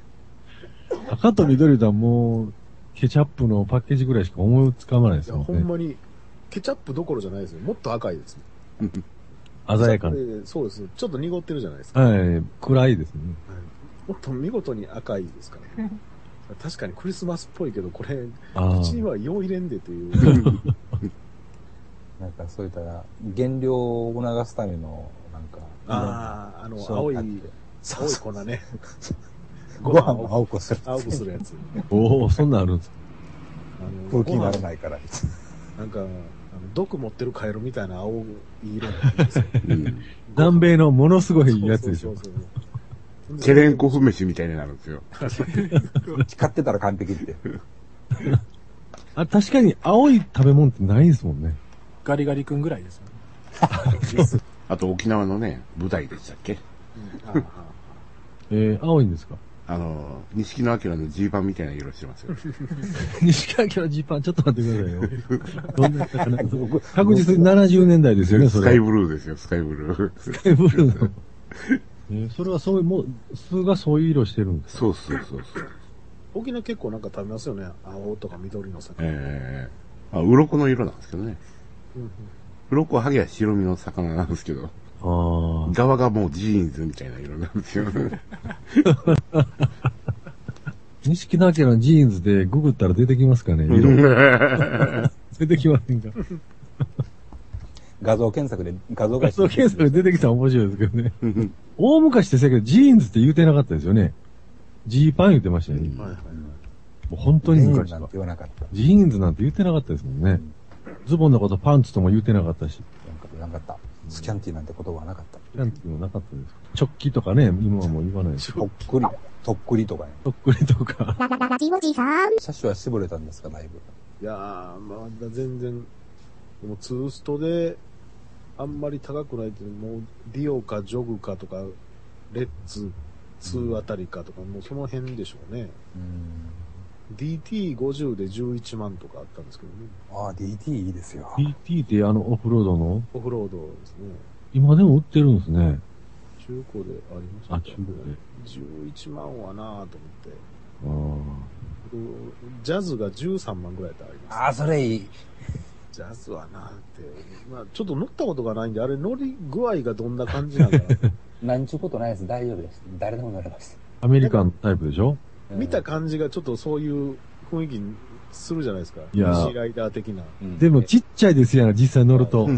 D: 赤と緑とはもう、ケチャップのパッケージぐらいしか思いつかまないで
F: い
D: す
F: や
D: も
F: ほ
D: ん
F: ん
D: ね。
F: まに、ケチャップどころじゃないですよ。もっと赤いですね。
D: 鮮やかな。
F: でそうです。ちょっと濁ってるじゃないですか。
D: はい、暗いですね。
F: もっと見事に赤いですから、ね。確かにクリスマスっぽいけど、これ、
D: ああ
F: 口にはよう入れんでという。
G: なんかそういったら、減量を促すための、なんか、
F: ああ、あの、
G: そう
F: 青い、
G: あっ
F: 青
G: て
F: い
G: そうそ
F: 粉ね。
G: う
F: ご
G: ご
F: 飯
G: 飯
F: を
G: を青くする。
F: 青くするやつ。
D: おお、そんなんあるんですか。
F: あ
G: 空気になら
F: い。
G: ないから。
F: なんか、あの毒持ってるカエルみたいな青い色の
B: えうん。
D: 南米のものすごいやつでしょ。。
F: そうそうそうそう
B: ケレンコフ飯みたいになるんですよ。
G: 光ってたら完璧って。
D: あ、確かに青い食べ物ってないですもんね。
H: ガリガリ君ぐらいですよね。
B: あと沖縄のね、舞台でしたっけ
F: うんあーあ
D: えー、青いんですか
B: あの、錦野明のジーパンみたいな色してますよ。
D: 西川家のジーパン、ちょっと待ってくだ さいよ。どんな魚確実に70年代ですよね、そ
B: スカイ
D: れ。
B: ブルーですよ、スカイブルー。
D: スカイブルーの。えーそれはそういう、もう、数がそういう色してるんです。
B: そうそうそうそう。
F: ー沖縄結構なんか食べますよね。青とか緑の魚。
B: ええまあ、鱗の色なんですけどね。
F: うんうん
B: 鱗はハゲは白身の魚なんですけど、
D: ああ。
B: 側がもうジーンズみたいな色なんですよ。
D: 西川家のジーンズでググったら出てきますかね、色。出てきませんか。
G: 画像検索で、画像
D: 画
G: が
D: 像検索で出てきたら面白いですけどね。大昔ってせやけど、ジーンズって言うてなかったですよね。ジーパン言ってましたよね。も
F: はいはいう
D: 本当に
G: 本
D: 昔
G: 人なん
D: は
G: て。言わなかった。
D: ジーンズなんて言ってなかったですもんね。ズボンのことパンツとも言ってなかったし、
G: なんか言わなかった。スキャンティーなんて言葉はなかった。
D: キャンティもなかったです。チョッキとかね、今はもう言わないです。
G: とっくり、とっくりとかね。
D: とっくりと か。
A: ララララジオジさん。
G: 車種は絞れたんですか、だいぶ。
F: いやー、まだ全然、でもツーストで、あんまり高くないけど、もう、ディオかジョグかとか、レッツ2あたりかとか、もうその辺でしょうね。
G: うん。
F: DT50 で11万とかあったんですけどね。
G: ああ、DT いいですよ。
D: PT ってあのオフロードの、
F: オフロードですね。
D: 今でも売ってるんですね。
F: 中古でありました
D: あ、中古で。
F: 11万はなぁと思って。
D: あ
F: 僕ジャズが13万ぐらいってあります。
G: ああ、それいい。
F: ジャズはなぁって。まあちょっと乗ったことがないんで、あれ乗り具合がどんな感じなのかな。
G: な んちゅうことないです。大丈夫です。誰でも乗れます。
D: あ。アメリカンのタイプでしょ
F: 見た感じがちょっとそういう雰囲気するじゃないですか。
D: いやー
F: シーライダー的な。
D: でもちっちゃいですやん、実際乗ると。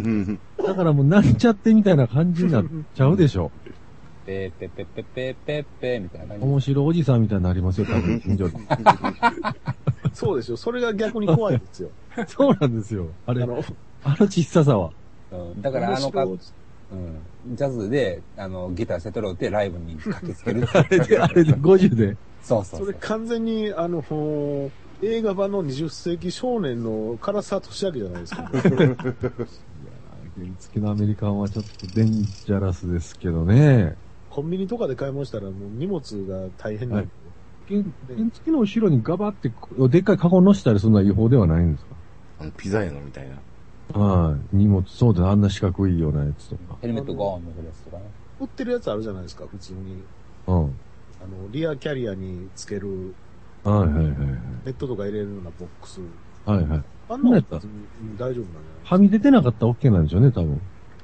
D: だからもう泣いちゃってみたいな感じになっちゃうでしょ。
G: ペーペーペーペーペーペーペーみたいな感
D: 面白いおじさんみたいになりますよ、多分、近所で。
F: そうでしょ。それが逆に怖いんですよ。
D: そうなんですよ。あ
F: あ
D: れ、
F: の、
D: あの小ささは。
G: じ。うんだからあのか、うん、ジャズで、あの、ギターセトロってライブに駆けつけるっていう。
D: あれで50で。
G: そうそう
F: そ
G: そ
F: れ
G: う。
F: 完全に、あの、ほう映画版の20世紀少年の唐沢俊明じゃないですか。
D: 原付のアメリカンはちょっとデンジャラスですけどね。
F: コンビニとかで買い物したらもう荷物が大変なんで。
D: 原原付の後ろにガバって、こうでっかいカゴ乗せたりするのは違法ではないんです
I: あのピザ屋のみたいな。
D: かはい。荷物、そうだ、あんな四角いようなやつとか。
G: ヘルメットゴーンのやつとかね。
F: 売ってるやつあるじゃないですか、普通に。
D: うん。
F: あの、リアキャリアにつける、
D: はいはいはい
F: ネットとか入れるようなボックス。
D: はい。はいはい。
F: あん
D: な
F: な
D: んや
F: の
D: った
F: 別にうん大丈夫なんじゃない
D: はみ出てなかったら OK なんでしょうね、多分。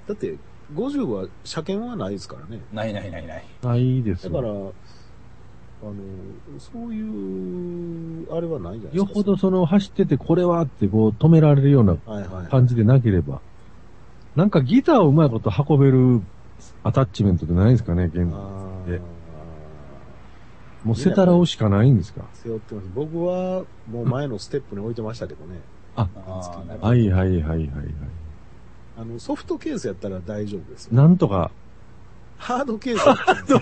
F: だって、50は車検はないですからね。
G: ないないないない。
D: ないです
F: だ
D: よ。
F: から、あの、そういう、あれはないんじゃないです
D: よ
F: か。
D: ほどその走っててこれはってこう止められるような
F: はいはい。
D: 感じでなければ。なんかギターをうまいこと運べるアタッチメントってないんですかね、現
F: あ
D: え
F: ー
D: もうセタラオしかないんですか
F: 背負ってます。僕は、もう前のステップに置いてましたけどね。
G: ああ、なるほど。
D: はいはいはいはいはい。
F: あの、ソフトケースやったら大丈夫ですよ。
D: なんとか、
F: ハードケースやったら。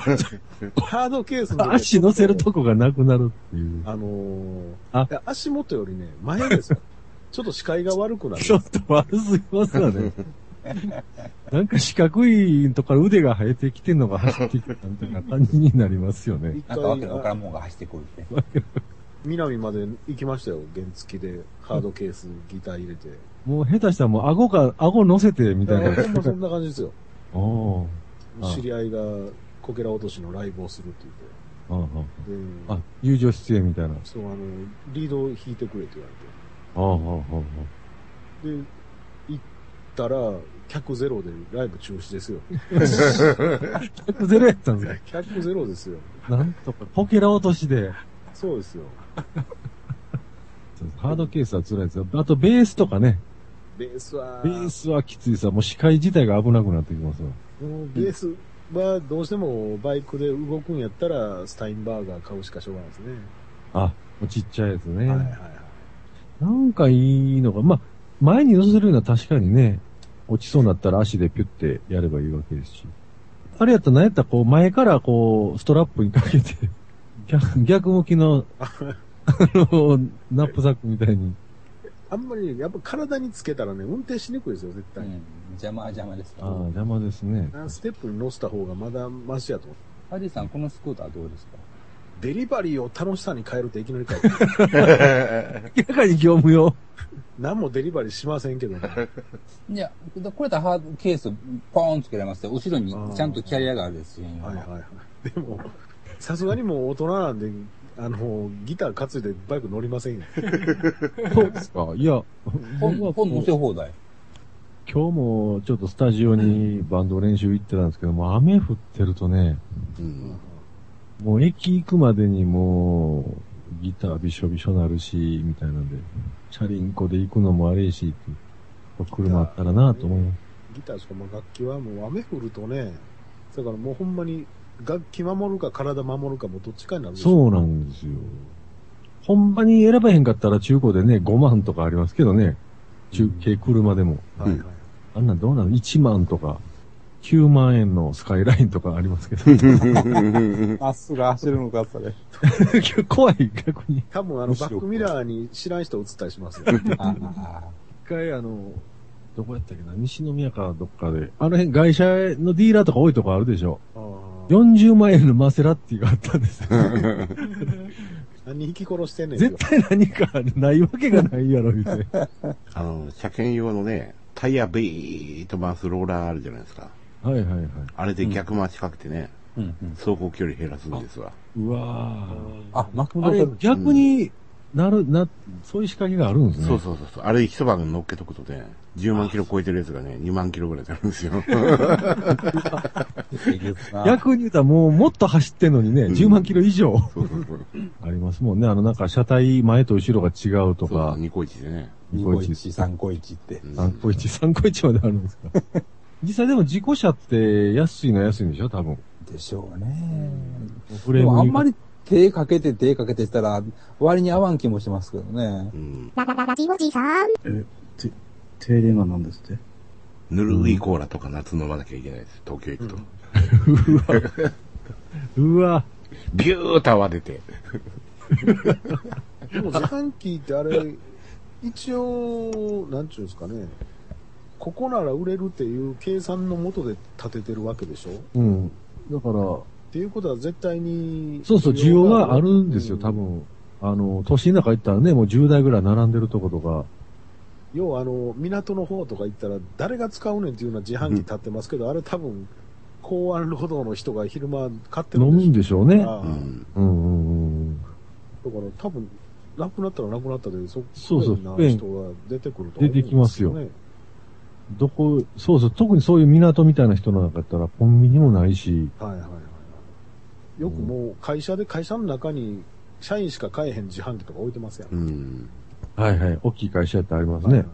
F: ハードケースの時は
D: 足乗せるとこがなくなるっていう。
F: あのー
D: あ
F: いや足元よりね、前です よ。ちょっと視界が悪くなる。
D: ちょっと悪すぎますわ ね。なんか四角いとこから腕が生えてきてんのが走ってきたみたいな感じになりますよね。
F: 一
G: なんかわけのわから
F: 回、
G: んもんが走ってくるって。
F: 南まで行きましたよ、原付で。ハードケース、ギター入れて。
D: もう下手したらもう顎が、顎乗せてみ
F: い
D: たい
F: や
D: な。
F: ほんまそんな感じですよ。
D: おーああ
F: 知り合いが、こけら落としのライブをするって
D: うんうん
F: 言って。で
D: あ、友情出演みたいな。
F: そう、あの、リードを弾いてくれって言
D: ああ、
F: わ
D: ああ、あ
F: れて。で、行ったら、客ゼロでライブ中止ですよ。
D: あ。100ゼロやったんです
F: 客ゼロですよ。
D: かなんとか、ポケラ落としで。
F: そうですよ。
D: ハードケースは辛いですよ。あと、ベースとかね。
F: ベースは、
D: ベースはきついさ。もう視界自体が危なくなってきますよ。
F: もうベースはどうしてもバイクで動くんやったら、スタインバーガー買うしかしょうがないですね。
D: あ、もうちっちゃいやつね。
F: はいはいはい。
D: なんかいいのが、まあ、前に乗せるのは確かにね、落ちそうになったら足でピュってやればいいわけですし。あれやったら何やったらこう、前からこう、ストラップにかけて、 逆逆向きの、あの、ナップサックみたいに。
F: あんまり、やっぱ体につけたらね、運転しにくいですよ、絶
G: う
F: 対。
G: ん。邪魔は邪魔ですか
D: ああ
G: ら。、
D: 邪魔ですね。
F: あステップに乗せた方がまだマシやと思う。
G: ハジさん、このスクーターどうですか
F: デリバリーを楽しさに変えるっていきなり変える。
D: 明らかに業務用。
F: 何もデリバリーしませんけどね。
G: いや、これだハードケース、ポーンつけられますよ。後ろにちゃんとキャリアがあるですよ。
F: はいはいはい。でも、さすがにもう大人なんで、あの、ギター担いでバイク乗りませんよ。
D: そうですか。いや、
G: 本、本乗せ放題。
D: 今日もちょっとスタジオにバンド練習行ってたんですけども、雨降ってるとね、
I: うん。
D: もう駅行くまでにもう、ギターびしょびしょなるし、みたいなんで、チャリンコで行くのもあれやし、って車あったらなと思います。
F: ギターしかも楽器はもう雨降るとね、だからもうほんまに楽器守るか体守るかもうどっちかになるでしょ
D: そうなんですよ。ほんまに選ばへんかったら中古でね、5万とかありますけどね、中継車でも。
F: はいはい。
D: あんなんどうなの ?1 万とか、9万円のスカイラインとかありますけど。
G: まっすぐ走るのか、それ。
D: 怖い、逆に。
F: 多分あのバックミラーに知らん人映ったりしますよ。
G: ああ、
D: 一回あの、どこやったっけな、西宮かどっかで、あの辺外車のディーラーとか多いとこあるでしょ。
F: あー
D: 40万円のマセラティがあったんですよ。
F: 何引き殺してんねん
D: 絶対何かないわけがないやろ、みたいな。
B: あの、車検用のね、タイヤビーッと回すローラーあるじゃないですか。
D: はいはいはい。
B: あれで逆回しかけてね、
G: うんうん。
B: 走行距離減らすんですわ。
D: うわ
G: あ、マク
D: ぁ。あれ、逆に、なる、な、そういう仕掛けがあるんですね。
B: そうそうそうそう。あれ一晩乗っけとくとね、10万キロ超えてるやつがね、2万キロぐらいになるんですよ。
D: 逆に言うたらもうもっと走ってんのにね、
B: うん
D: 10万キロ以上
B: そうそうそう。
D: ありますもんね。あのなんか車体前と後ろが違う
B: そ
D: と
B: う
D: か、
B: ニコイチでね。
G: 2
D: 個
G: 個
D: 一
G: 1、3個1って。
B: うん
D: 3個1、3個1まであるんですか。実際でも事故車って安いのは安いんでしょ多分。
G: でしょうね。
D: フ
G: でもあん
D: に
G: まり手かけて手かけてしたら、割に合わん気もしますけどね。
B: うん。
A: ララララジオジさん。
E: 停電が何ですって
B: ぬるいコーラとか夏飲まなきゃいけないです。東京行くと。
D: うわ、
B: ビューッと泡出て。
F: でも自販機ってあれ、一応、なんちゅうんですかね、ここなら売れるっていう計算のもとで立ててるわけでしょっ
D: うん。だから、
F: ていうことは絶対に。
D: そうそう、需要があるんですよ、
F: う
D: 多。分。あの、都心の中行ったらね、もう10台ぐらい並んでるとことか。
F: 要はあの、港の方とか行ったら、誰が使うねんっていうような自販機立ってますけど、あれ多分、港湾労働の人が昼間買ってる
D: 飲むん
F: で
D: でしょうね。
F: ああ
B: うん。
D: うんうんうん。
F: だから多分、なくなったらなくなったで、そっ
D: そうそう
F: な
D: 不便
F: 人が出てくると思うんで
D: 出てきますよ
F: けどね
D: どこ、そうそう、特にそういう港みたいな人の中やったらコンビニもないし、
F: はいはいはいはい。よくもう会社で、会社の中に社員しか買えへん自販機とか置いてますやん。
B: うん。
D: はいはい、大きい会社やってあります
F: はいはい
D: ね
F: い。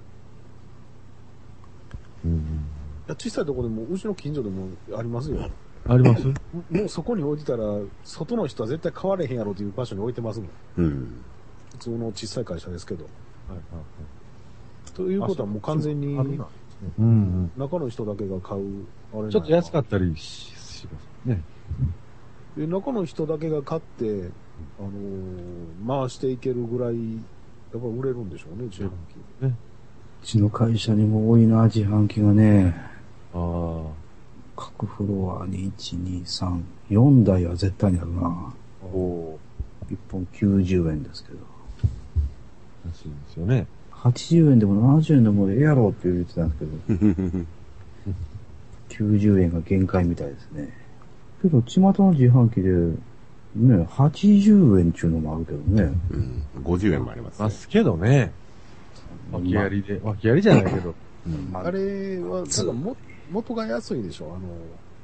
D: うん
F: や小さいとこでも、うちの近所でもありますよ。
D: うん、あり ます
F: もうそこに置いてたら、外の人は絶対買われへんやろという場所に置いてますもん。
B: うん。
F: 普通の小さい会社ですけど。ということはもう完全に
D: あるなうん
F: 中の人だけが買う、あ
D: うん
F: れな
D: ん。
F: や
D: ちょっと安かったりししますね。
F: で中の人だけが買って、あのー回していけるぐらい、やっぱ売れるんでしょうね、自販機。
E: うちの会社にも多いな、自販機がね。
D: ああ。
E: 各フロアに1、2、3、4台は絶対にあるな。
D: お
E: 1本90円ですけど。
D: 安いんですよね。
E: 80円でも70円でもええやろって言ってたんですけど、90円が限界みたいですね。けど、巷の自販機で、ね、80円っていうのもあるけどね。
B: うん。50円もあります、ね
D: まあ、。すけどね。訳ありで、訳ありじゃないけど。
E: ま
F: あれは、なんかも元が安いでしょ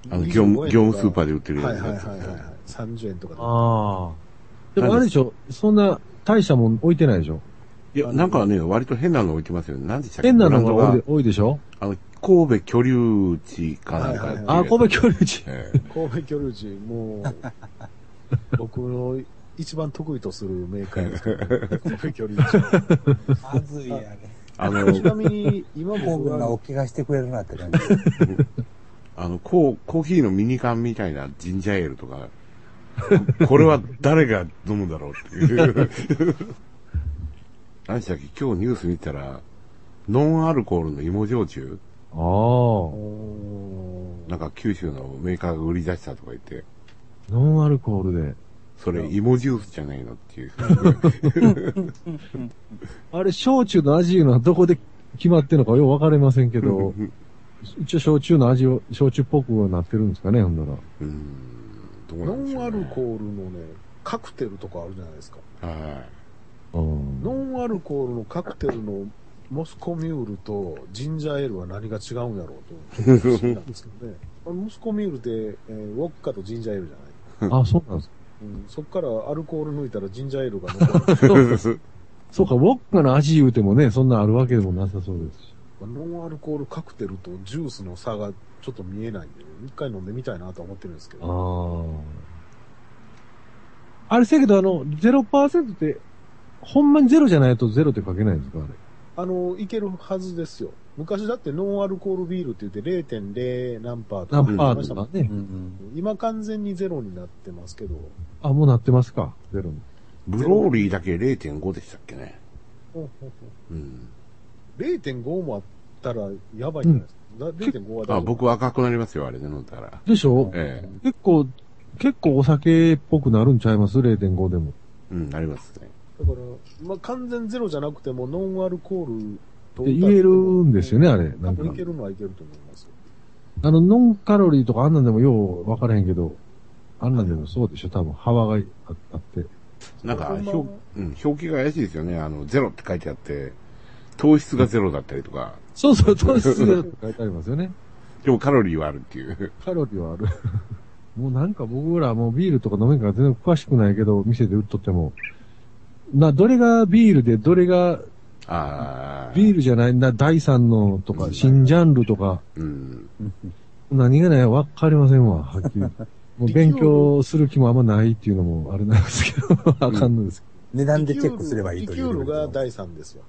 F: あの、
B: あの、業務、業務スーパー
F: で
B: で売ってるや
F: は
B: つ
F: い
B: です
F: はい
B: ね。
F: はいはい。30円とかで。
D: ああ。でもあれでしょ、そんな大したもん置いてないでしょ
B: いや、なんかね、割と変なの置いてますよね。何でしたっけ
D: 変なの
B: ブランド
D: が多いで多いでしょ
B: あの、神戸居留地かなんかやってるやつ。
D: ああ、神戸恐竜地。
B: え
F: 神戸居留地、も う、僕の一番得意とするメーカーですけど、神戸居留地。
G: まずいやね。
B: えあの
F: ち、なみに、今
G: 神
F: 僕
G: 戸が
F: は
G: お気がしてくれるなって感じ。
B: あの、コーコーヒーのミニ缶みたいなジンジャーエールとか、これは誰が飲むんだろうって いう。何でしたっけ今日ニュース見たら、ノンアルコールの芋焼酎
D: ああ。
B: なんか九州のメーカーが売り出したとか言って、
D: ノンアルコールで。
B: それ芋ジュースじゃないのっていう。
D: あれ、焼酎の味いうのはどこで決まってるのかよう分かりませんけど、一応焼酎の味を、焼酎っぽくはなってるんですかね、ほんなら。
B: うん。どうな
F: ノ
B: んでしょ
F: ン
B: う
F: アル
B: ね
F: コールのね、カクテルとかあるじゃないですか。
B: は
D: うん
F: ノンアルコールのカクテルのモスコミュールとジンジャーエールは何が違うんやろうと、ちょっと不思議なんですけどね。あのモスコミュールって、えーウォッカとジンジャーエールじゃない。
D: あ、そうなんですか。
F: うん、そっからアルコール抜いたらジンジャーエールが残る。
D: そうか、ウォッカの味言うてもね、そんなんあるわけでもなさそうですし。
F: ノンアルコールカクテルとジュースの差がちょっと見えないんで、一回飲んでみたいなとは思ってるんですけ
D: あ
F: ど。
D: あ。あれ、せやけど、あの、0%って、ほんまにゼロじゃないとゼロって書けないんですか、あれ。
F: あの、いけるはずですよ。昔だってノンアルコールビールって言って0.0何パーとか
D: 何パー
F: 言ってました
D: と
F: もん
D: かね。
F: 今完全にゼロになってますけど、
D: あ、もうなってますか、ゼロに。
B: ブローリーだけ0.5でしたっけね。うん。
F: 0.5もあったらやばいんじゃないですか。だ0.5は大丈夫
B: あ、僕は赤くなりますよ、あれで飲んだら。
D: でしょ
B: ええ。
D: 結構、結構お酒っぽくなるんちゃいます ?0.5 でも。
B: うん、なりますね。
F: だから、まあ、完全ゼロじゃなくても、ノンアルコールと
D: って言えるんですよねあれな
F: 多
D: んか
F: 分いけるのはいけると思いますよ。
D: あの、ノンカロリーとかあんなんでもよう分からへんけど、あんなんでもそうでしょ多分、幅がああって。
B: なんか、
F: こんばんは
B: 表うん、表記が怪しいですよね。あの、ゼロって書いてあって、糖質がゼロだったりとか、
D: そうそう、糖質が 書いてありますよね。
B: でもカロリーはあるって いう。
D: カロリーはある。 もうなんか僕らもうビールとか飲めんから全然詳しくないけど、店で売っとっても。な、どれがビールで、どれが
B: ああ。
D: ビールじゃないな、第三のとか、新ジャンルとか、
B: うん。
D: 何がないわかりませんわ、はっき り。もう勉強する気もあんまないっていうのもあれなんですけど、あかんのですけ
G: 値段でチェックすればいいと
F: リ
G: い
F: キ
G: う
F: ュー
G: ル
F: ル
G: ール
F: が
G: ですよ。
F: 第3ですわ。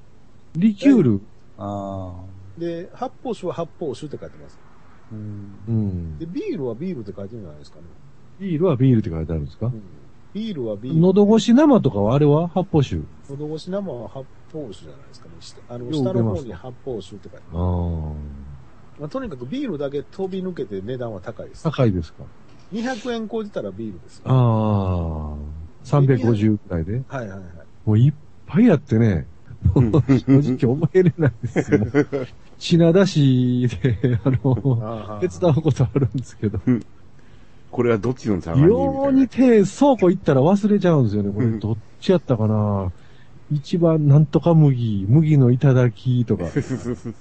D: ど。リキュール。
G: あ
F: で、発泡酒は発泡酒って書いてます。
G: あ。うん。
D: うん
F: で、。ビールはビールって書いてるんじゃないですかね。
D: ビールはビールって書いてあるんですか
F: うんビールはビール。
D: 喉越し生とかはあれは発泡酒。
F: 喉越し生は発泡酒じゃないですかね。下あの
D: よう
F: 下
D: 受け
F: の
D: ます
F: 方に発泡酒って書いて
D: ああ。
F: まあ、とにかくビールだけ飛び抜けて値段は高いです。
D: 高いですか
F: 200円超えてたらビールです。は
D: ああ。350くらいで。
F: いはいはい。
D: もういっぱいやってね、もう正直覚えれないです よ。品出しで、あの、
F: あ
D: 手伝うことあるんですけど、
B: これはどっちの差がいいみ
D: ように
B: た
D: 手、倉庫行ったら忘れちゃうんですよね。これどっちやったかな一番なんとか麦、麦の頂き とか、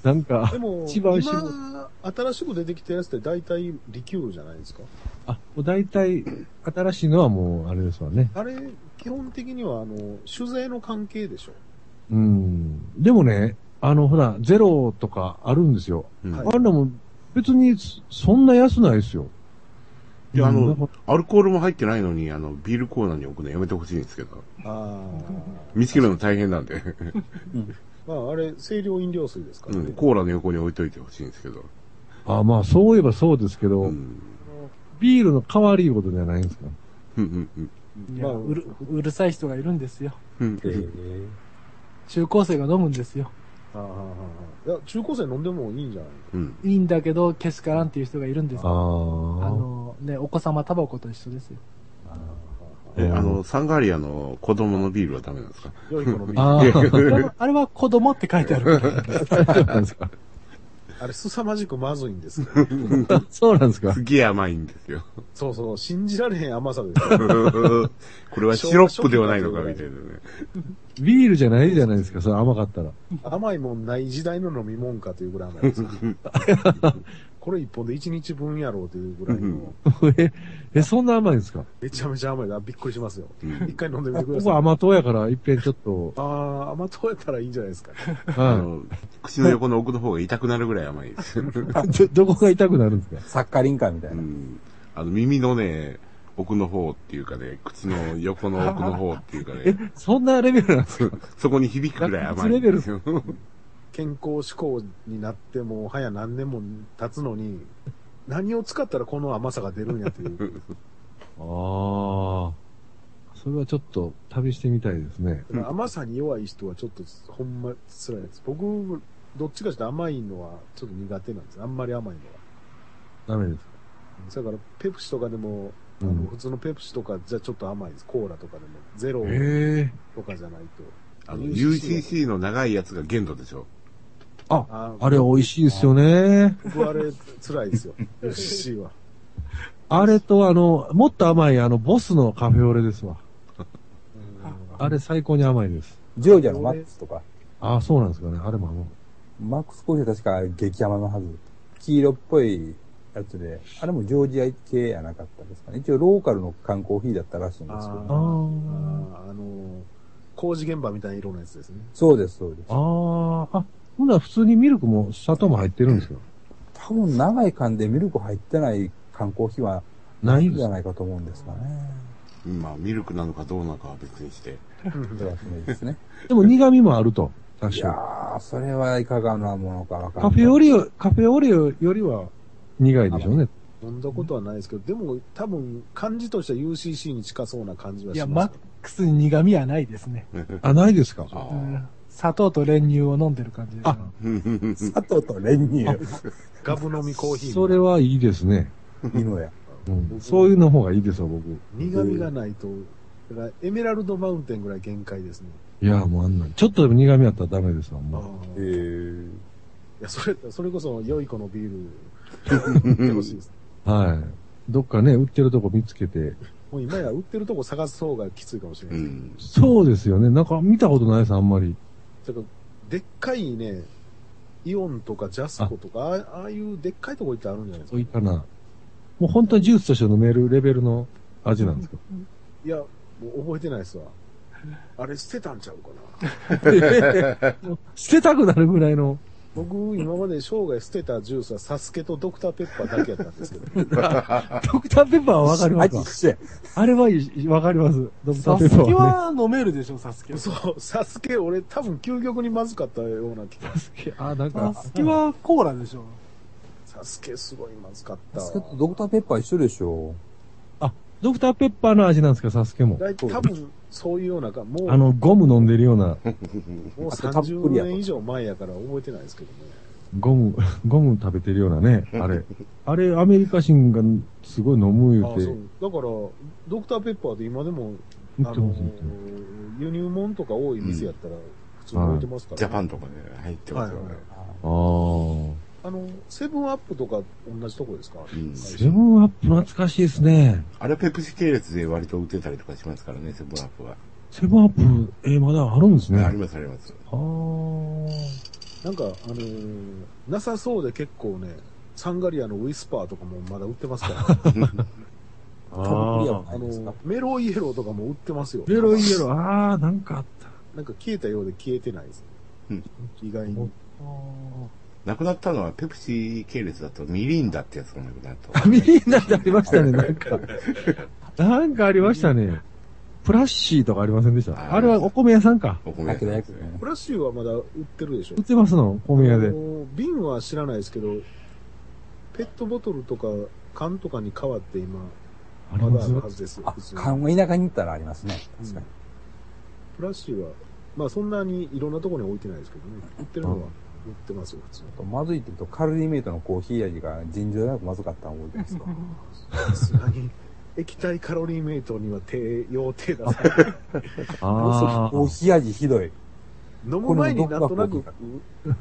D: なんか
F: で、も、
D: 一番絞る
F: 今、新しく出てきたやつって大体リキュールじゃないですか。
D: あ、もう大体、新しいのはもうあれですわね。
F: あれ、基本的には、あの、酒税の関係でしょ。
D: うん。でもね、あの、ほら、ゼロとかあるんですよ。
B: いな。う
F: はい
B: ん
D: あんなもん別にそんな安ないですよ。
B: いやあの
D: うんだから
B: アルコールも入ってないのに、あの、ビールコーナーに置くのやめてほしいんですけど。
F: あ
B: 見つけるの大変なんで。
F: あ。まあ、あれ、清涼飲料水ですから
B: う
F: ね。
B: ん、コーラの横に置いといてほしいんですけど。
D: あまあ、そういえばそうですけど、
B: うん。
D: ビールの代わりいうことじゃないんですか。
B: うんうん
H: い
F: ま
H: や
F: あ
H: うるうるさい人がいるんですよ。
B: うん
E: え
B: うん。
H: 中高生が飲むんですよ。
F: ああああああいや、中高生飲んでもいいんじゃない
B: うん。
H: いいんだけど、けしからんっていう人がいるんです
D: あ
H: よ。あ
D: あ。
H: の、ね、お子様タバコと一緒ですよ。
B: え、あの、サンガリアの子供のビールはダメなんですか
F: 良い子のビール。あ
D: あ
H: あれはあれは子供って書いてあるから。
D: あ、
F: れ、凄まじくまずいんですよ
D: そうなんですか
B: す。げえ甘いんですよ。
F: そうそう、信じられへん甘さですよ。
B: これはシロップではないのかみたいなね。
D: ビールじゃないじゃないですか、それ甘かったら。
F: 甘いもんない時代の飲み物かというぐらい甘いですよこれ一本で一日分やろうというぐらいの、
D: え、え、そんな甘いんですか
F: めちゃめちゃ甘いだ。びっくりしますよ。
B: うん
F: 一回飲んでみてくだ
D: 僕
F: さい。
D: は
F: あ
D: 甘党やから、一遍ちょっ と、
F: あー、甘党やったらいいんじゃないですか。
B: あ
D: は
B: の、口の横の奥の方が痛くなるぐらい甘いです。
D: い。ど、どこが痛くなるんですか
G: サッカリンかみた
B: う
G: いな。
B: ん。あの、耳のね、奥の方っていうかね、口の横の奥の方っていうか
D: え
B: ね、、
D: そんなレベルなんですか
B: そこに響くぐらい甘いんですよ。
F: 健康志向になってもう早何年も経つのに、何を使ったらこの甘さが出るんやという。
D: ああ。それはちょっと、旅してみたいですね。
F: だから甘さに弱い人はちょっとほんま辛いです。僕、どっちかして甘いのはちょっと苦手なんです。あんまり甘いの
D: ダ
F: は。
D: メですか
F: だから、ペプシとかでも、あ
D: うん
F: の普通のペプシとかじゃちょっと甘いです。コーラとかでも、ゼロ
D: ええ。
F: とかじゃないと。
B: あの、UCC の長いやつが限度でしょ。
F: あ
D: あれ美味しいですよね。
F: 僕あれ辛いですよ。UCC は。
D: あれとあの、もっと甘いあの、ボスのカフェオレですわ。あれ最高に甘いです。
G: ジョージアのマックスとか。
D: ああ、そうなんですかね。あれも甘い。
G: マックスコーヒーは確か激甘のはず。黄色っぽいやつで、あれもジョージア系やなかったですかね。一応ローカルの缶コーヒーだったらしいん
F: あ
G: ですけ
D: あ
G: ど。
D: ー
F: あーあの、工事現場みたいな色のやつですね。
G: そうです、そうです。
D: ああ、あ、ほんなら普通にミルクも砂糖も入ってるんですよ。
G: 多分長い缶でミルク入ってない缶コーヒーは
D: ない
G: い
D: ん
G: ん
D: で
G: じ
D: す
G: ゃ
D: か
G: ないかと思うんですがね。
B: まあ、ミルクなのかどうなのかは別にして。
G: それはそうですね。
D: でも苦味もあると。
G: い
D: 確
G: や
D: か
G: ー、それはいかがなものかわか
D: に。
G: んない。
D: カフェオレよ、カフェオレよりは苦いでしょうね。
F: 飲んだことはないですけど、でも多分、感じとしては UCC に近そうな感じはい
H: や、
F: し
H: マ
F: ま
H: ッ
F: すよ。
H: クスに苦味はないですね。
D: あ、ないですか
B: あ
H: うん砂糖と練乳を飲んでる感じです。
D: あ
G: 砂糖と練乳。
F: ガブ飲みコーヒーみたい
D: そ
F: な。
D: れはいいですね。
G: 犬や。
D: うんそういうの方がいいですわ、僕。
F: 苦味がないと、だからエメラルドマウンテンぐらい限界ですね。
D: いや、もうあんなん。ちょっとでも苦味あったらダメですわ、
F: あ
D: もう。
G: え
F: ーい
G: ー、
F: や、それ、それこそ、良い子の ビール、飲んでほしいです。
D: はい。どっかね、売ってるとこ見つけて、
F: もう今や売ってるとこ探す方がきついかもしれ
I: う
F: ない。
I: ん。
D: そうですよね。なんか見たことないです、あんまり。
F: だからでっかいね、イオンとかジャスコとか、ああああいうでっかいとこ行ってあるんじゃないです
D: そ
F: か。
D: ういったな。もう本当にジュースとして飲めるレベルの味なんですか。
F: いや、もう覚えてないですわ。あれ捨てたんちゃうかな。
D: 捨てたくなるぐらいの。
F: 僕、今まで生涯捨てたジュースはサスケとドクターペッパーだけやったんですけど、
D: ドクターペッパーはわかります
G: あ
D: か
G: っちや。
D: あれはいいわかります。ドクタ
H: サ
D: ーペ
H: ス
D: ッ
H: ケ
D: パーは、ね。
H: は飲めるでしょ、サスケ。サ
F: そう、サスケ俺多分究極にまずかったような気が。
D: あ、なんか、
H: スケはコーラでしょ。
F: サスケすごいまずかった
G: バ
F: わ
G: スケットドクターペッパー一緒でしょ。
D: ドクターペッパーの味なんですか、サスケも。
F: 大体多分そういうようなか、もう、
D: あの、ゴム飲んでるような、
F: もう
G: あとたっぷりや
F: 30
G: と
F: 年以上前やから覚えてないですけどね。
D: ゴム、 ゴム食べてるようなね、あれ。あれ、アメリカ人がすごい飲む言
F: あ
D: う
F: あ
D: て
F: そう。だから、ドクターペッパーで今でも、あ
D: 言って
F: の
D: ますよ。、
F: 輸入物とか多い店やったら、普通に置いてますから、
I: ジャパンとかで入ってますよね。
D: あー。
F: あの、セブンアップとか同じとこですか、
I: うん
D: セブンアップ懐かしいですね。
I: あれはペプシ系列で割と売ってたりとかしますからね、セブンアップは。
D: セブンアップ、えーまだあるんですね。
I: ありますあります。
D: あー。
F: なんか、あのーなさそうで結構ね、サンガリアのウィスパーとかもまだ売っ てますから、
G: タップリアも
F: あ
G: ない
F: の
G: ですか
F: ーメロイエローとかも売ってますよ。
D: ベロイエロー、あー、なんかあった。
F: なんか消えたようで消えてないです。
I: うん
F: 意外に。
I: なくなったのはペプシ系列だとミリンダってやつがなくなった。
D: あ ミリーナってありました ね、なんか。なんかありましたね。プラッシーとかありませんでした。あれはお米屋さんか。
I: お米屋さんですね。
F: プラシーはまだ売ってるでしょ
D: 売ってますの、お米屋
F: あ
D: で。
F: の瓶は知らないですけど、ペットボトルとか缶とかに変わって今、
D: あり
F: ま
D: ま
F: だあ
D: す
F: るはずです。
G: あ
F: 普通、に
G: 勘が田舎に行ったらありますね。確かに。
F: プラッシーは、まあそんなにいろんなところに置いてないですけどね、売ってるのは売ってますよ、普通に。
G: あとまずいって言うと、カルディメイトのコーヒー味が尋常でなくまずかったの覚えてますか
F: さすがに、液体カロリーメイトには手、用手ださない。
D: あ
G: コーヒー味ひどい。
F: 飲む前になんとな
G: これも
F: く
G: 毒が、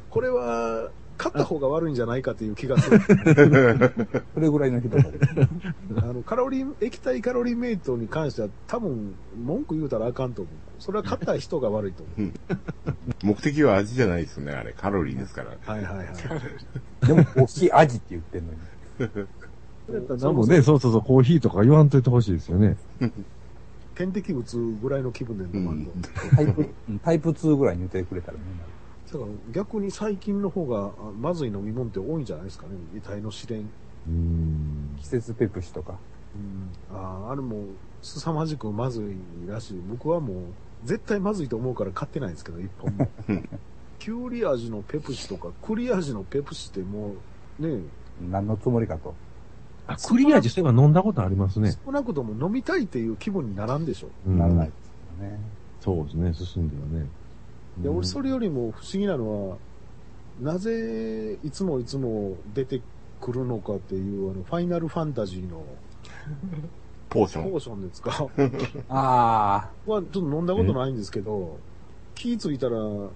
F: これは、買った方が悪いんじゃないかという気がする。
G: それぐらいのひどさ です。
F: あの、カロリー、液体カロリーメイトに関しては多分、文句言うたらあかんと思う。それは買った人が悪いと思う。
I: 目的は味じゃないですよね、あれ。カロリーですから。
F: はいはいはい。
G: でも、コーヒー味って言ってんのに。
D: あ。でもね、そうそうそう、コーヒーとか言わんといてほしいですよね。
F: 点滴打つぐらいの気分で飲まんと。
I: うん
F: だか
G: タイプ、タイプ2ぐらいに言ってくれたらね。
F: ら逆に最近の方があまずい飲み物って多いんじゃないですかね。遺体の試練。
D: うーん。
G: 季節ペプシとか。
F: うん、あーあれも凄まじくまずいらしい。僕はもう絶対まずいと思うから買ってないんですけど、一 本も。キュウリ味のペプシとか、栗味のペプシってもう、ね
G: 何のつもりかと。
D: あ、クリアジそういえば飲んだことあります
F: え、
D: ね。
F: 少なくとも飲みたいっていう気分にならんでしょ。
D: うん
G: ならないですよね。
D: そうですね、進んではね。
F: で、俺それよりも不思議なのは、なぜいつもいつも出てくるのかっていう、あの、ファイナルファンタジーの
I: ポーショ
F: ポ
I: ン。
F: ーションですか は、
G: あ
F: ちょっと飲んだことないんですけど、気ぃついたら、1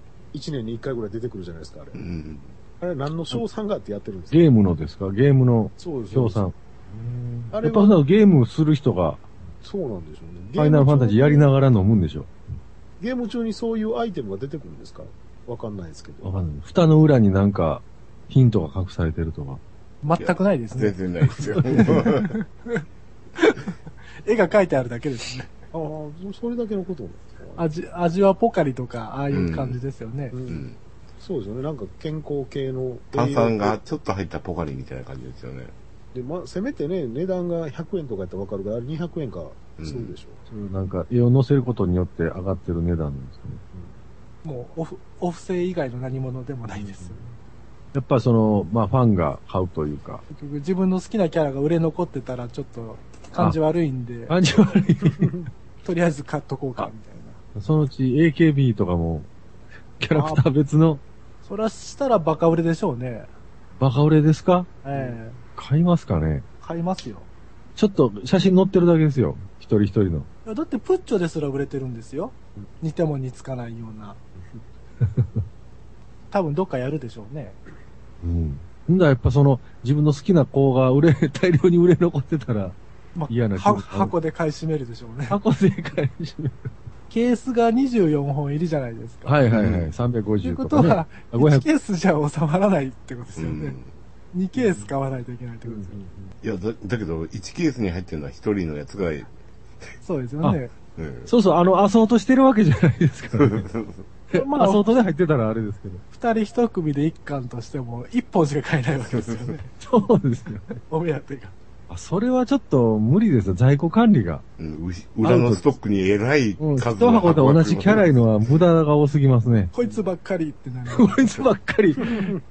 F: 年に1回ぐらい出てくるじゃないですか、あれ
I: う。ん。
F: あれ何の賞賛があってやってるんですか
D: ゲームのですかゲームの
F: そうです
D: 協賛。
F: あ
D: や
F: れ
D: っぱそんな
F: は、
D: のゲームする人が、
F: そうなんでしょうね。
D: ファイナルファンタジーやりながら飲むんでしょ
F: ゲーム中にそういうアイテムが出てくるんですかわかんないですけ
D: わ
F: ど。
D: かんない。蓋の裏になんか、ヒントが隠されてるとか。
H: 全くないです
I: 全然な
H: ね。
I: い ですよ。
H: 絵が描いてあるだけですね。
F: ああ、そそれだけのことなんですか
H: 味、味はポカリとか、ああいう感じですよね
F: う。
I: うんん
F: そうですよね。なんか健康系の。
I: 炭酸がちょっと入ったポカリみたいな感じですよね。
F: で、まあ、せめてね、値段が100円とかやったらわかるから、あれ200円か、そうでしょ
D: そういうなんか、絵を乗せることによって上がってる値段なんですね。
H: もう、オフ、オフ製以外の何物でもないです。
D: やっぱその、まあファンが買うという か、
H: 結局自分の好きなキャラが売れ残ってたらちょっと感じ悪いんで、
D: 感じ悪い。
H: とりあえず買っとこうかみたいな。
D: そのうち AKB とかも、キャラクター別の
H: そらしたらバカ売れでしょうね。
D: バカ売れですか
H: ええ
D: 買いますかね
H: 買いますよ。
D: ちょっと写真載ってるだけですよ。一人一人の。
H: いやだってプッチョですら売れてるんですよ。似ても似つかないよ うな。多分どっかやるでしょうね。
D: うん。んだやっぱその、自分の好きな子が売れ、大量に売れ残ってたら、
H: ま
D: 嫌な
H: あ、
D: 気分
H: は箱で買い占めるでしょうね。
D: 箱で買い占める。
H: ケースが24本入りじゃないですか。
D: はいは
I: う
D: いはい。
H: という
D: 350
H: こと
D: か、
H: と
D: ね。
H: は、
D: あ500
H: 1ケースじゃ収まらないってことで
I: う
H: すよね。
I: ん。
H: 2ケース買わないといけないってことですよね。
I: いや、だだけど、1ケースに入ってるのは1人のやつが、うん。
H: そうですよね。
D: そうそう、あの、アソートしてるわけじゃないですからね。
H: まあ
D: ア、ソートで入ってたらあれですけど。
H: 2人1組で1巻としても1本しか買えないわけですよね。
D: そうですよ。
H: お目当てが。
D: あ、それはちょっと無理ですよ。在庫管理が。
I: うんうし裏のストックにえらい
D: うん。一
I: 数の
D: 箱で同じキャラいうのは無駄が多すぎますね。
H: こいつばっかりってなる。
D: こいつばっかり。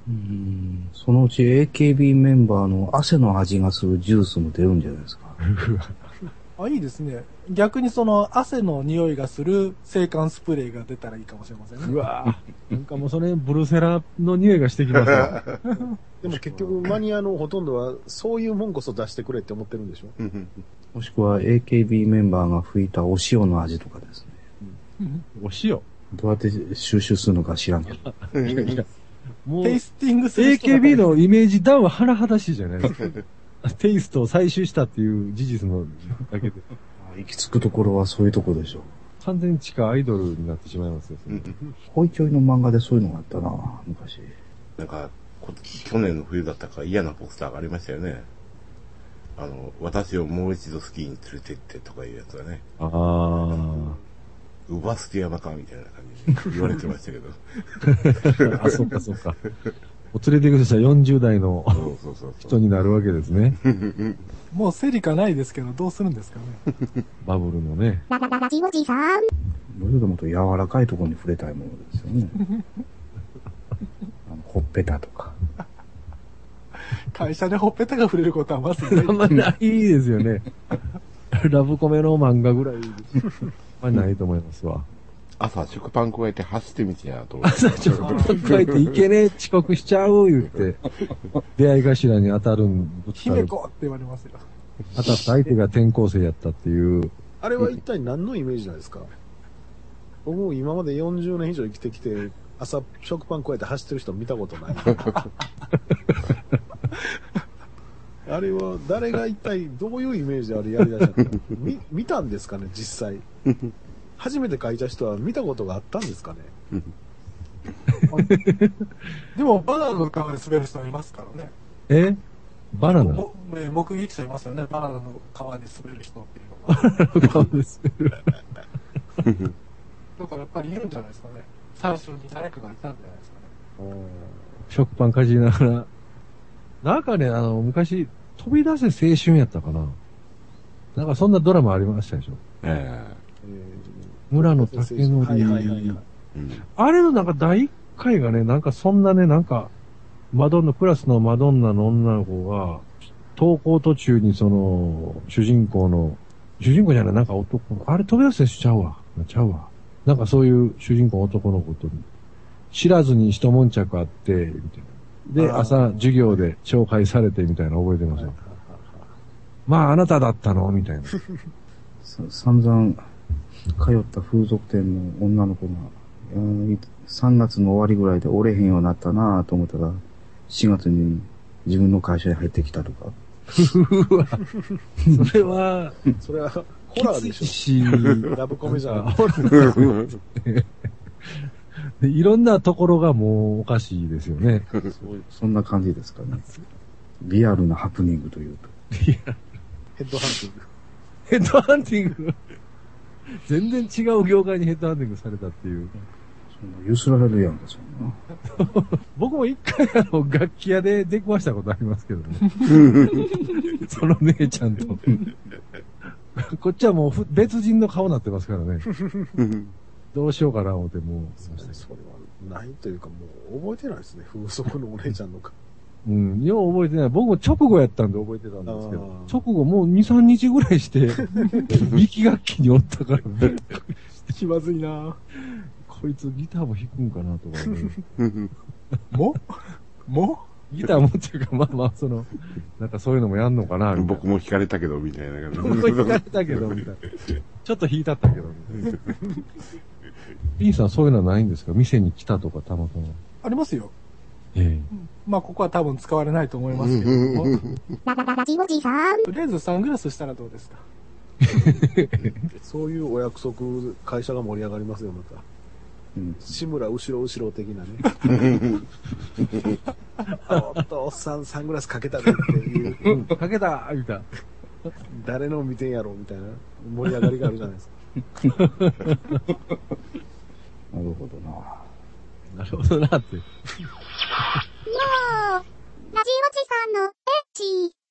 E: うんそのうち AKB メンバーの汗の味がするジュースも出るんじゃないですか。
H: あ、いいですね。逆にその汗の匂いがする制汗スプレーが出たらいいかもしれませんね。
D: うわぁ。なんかもうそれ、ブルセラの匂いがしてきます よ
F: でも結局、マニアのほとんどは、そういうもんこそ出してくれって思ってるんでしょ
I: うん
E: もしくは AKB メンバーが吹いたお塩の味とかですね。
D: お塩。
E: どうやって収集するのか知らんけど。
D: いやいや。もう、
H: テイスティングする人が
D: AKB のイメージダウンは甚だしいじゃないです か。テイストを採集したっていう事実のだけで、
E: 行き着くところはそういうとこでしょう。
D: 完全に地下アイドルになってしまいますよ。それ
E: ホイチョイの漫画でそういうのがあったな、昔。
I: なんか、こ去年の冬だったか嫌なポスターがありましたよね。あの、私をもう一度スキーに連れてってとかいうやつがね、
D: ああ。
I: ウバステ山かみたいな感じで言われてましたけ ど。
D: あ、そうか、そうか。お連れて行くとしたら40代の
I: そうそうそうそ
D: 人になるわけですね。
H: もうセリカないですけど、どうするんですかね。
D: バブルのね。
A: ララララジオジさん。
E: どれでもっと柔らかいところに触れたいものですよね。 あのほっぺたとか。
H: 会社でほっぺたが触れることはまずない
D: あんまないですよね。ラブコメの漫画ぐらい。あんまないと思いますわ。
I: 朝食パン加えて走ってみてやと思って。
D: 朝ちょっと書いていけねえ、遅刻しちゃう、言って。出会い頭に当たるん、ぶつか
H: 姫
D: る。
H: 子って言われますよ。
D: 当たった相手が転校生やったっていう。
F: あれは一体何のイメージなんですか僕も今まで40年以上生きてきて、朝食パン加えて走ってる人見たことない。あれは誰が一体どういうイメージであれやりだしたのか見見たんですかね、実際。初めて書いた人は見たことがあったんですかね。
H: でも、バナナの皮で滑る人はいますからね。
D: えバナナ
H: もえー目撃者いますよね、バナナの皮で滑る人っていうのが。だからやっぱりいるんじゃないですかね。最初に誰かがいたんじゃないですかね。
D: 食パンかじりながら。なんかね、あの、昔、飛び出せ青春やったかな。なんかそんなドラマありましたでしょ。
I: え
D: 村野
F: え
D: 竹
F: はいはいはい
D: 典
F: は。
I: えうん
D: あれのなんか第一回がね、なんかそんなね、なんか、マドンナ、クラスのマドンナの女の子が、登校途中にその、主人公の、主人公じゃない、なんか男の、あれ飛び出せしちゃうわ。ちゃうわ。なんかそういう主人公の男の子と、知らずに一悶着あって、みたいな。で、
H: あー
D: 朝、授業で紹介されてみたいなの覚えてますよ。まあ、あなただったのみたいな。
E: さ散々通った風俗店の女の子が、えーい3月の終わりぐらいで折れへんようになったなぁと思ったら、4月に自分の会社に入ってきたとか。
D: それ は、
F: い。それはホラーでし
D: し、
F: ょ。ラブコメじゃん。
D: ほら でいろんなところがもうおかしいですよね。
E: そんな感じですかね。リアルなハプニングというと。
F: ヘッドハンティング。
D: ヘッドハンティング。全然違う業界にヘッドハンティングされたっていう。
E: そんな揺すられるやんか、そんな。
D: 僕も一回あの楽器屋で出くわしたことありますけど ね。その姉ちゃんと。こっちはもうふ別人の顔になってますからね。どうしようかな思ってもう。
F: それはないというか、もう覚えてないですね。風俗のお姉ちゃんの顔。
D: うん、よう覚えてない。僕も直後やったんで覚えてたんですけ
F: あ
D: ど、
F: ー
D: 直後もう2、3日ぐらい して、力楽器におったから、
H: 気まずいな
D: こいつギターも弾くんかなとか思う、
H: もも
D: ギター持ってるか、まあまあ、その、なんかそういうのもやんのかな、みたい
I: 僕も惹かれたけど、みたいな
D: な。
I: 感じ。
D: 僕も弾かれたけど、みたいな。ちょっと弾いたったけど、みたいな。リンさんそういうのはないんですか店に来たとか、たまたま。
H: ありますよ。
D: え
H: まあ、ここは多分使われないと思いますけども、
A: ララララジオジさん。
H: とりあえずサングラスしたらどうですか
F: そういうお約束、会社が盛り上がりますよ、また。
E: うん
F: 志村後ろ後ろ的なね。 おっと、おっさんサングラスかけたねっていう、
D: えかけたみたいな。
F: 誰の見てんやろみたいな盛り上がりがあるじゃないですか。
E: なるほどな。
D: なるほどなって。
A: ラジオジさんのエッチ。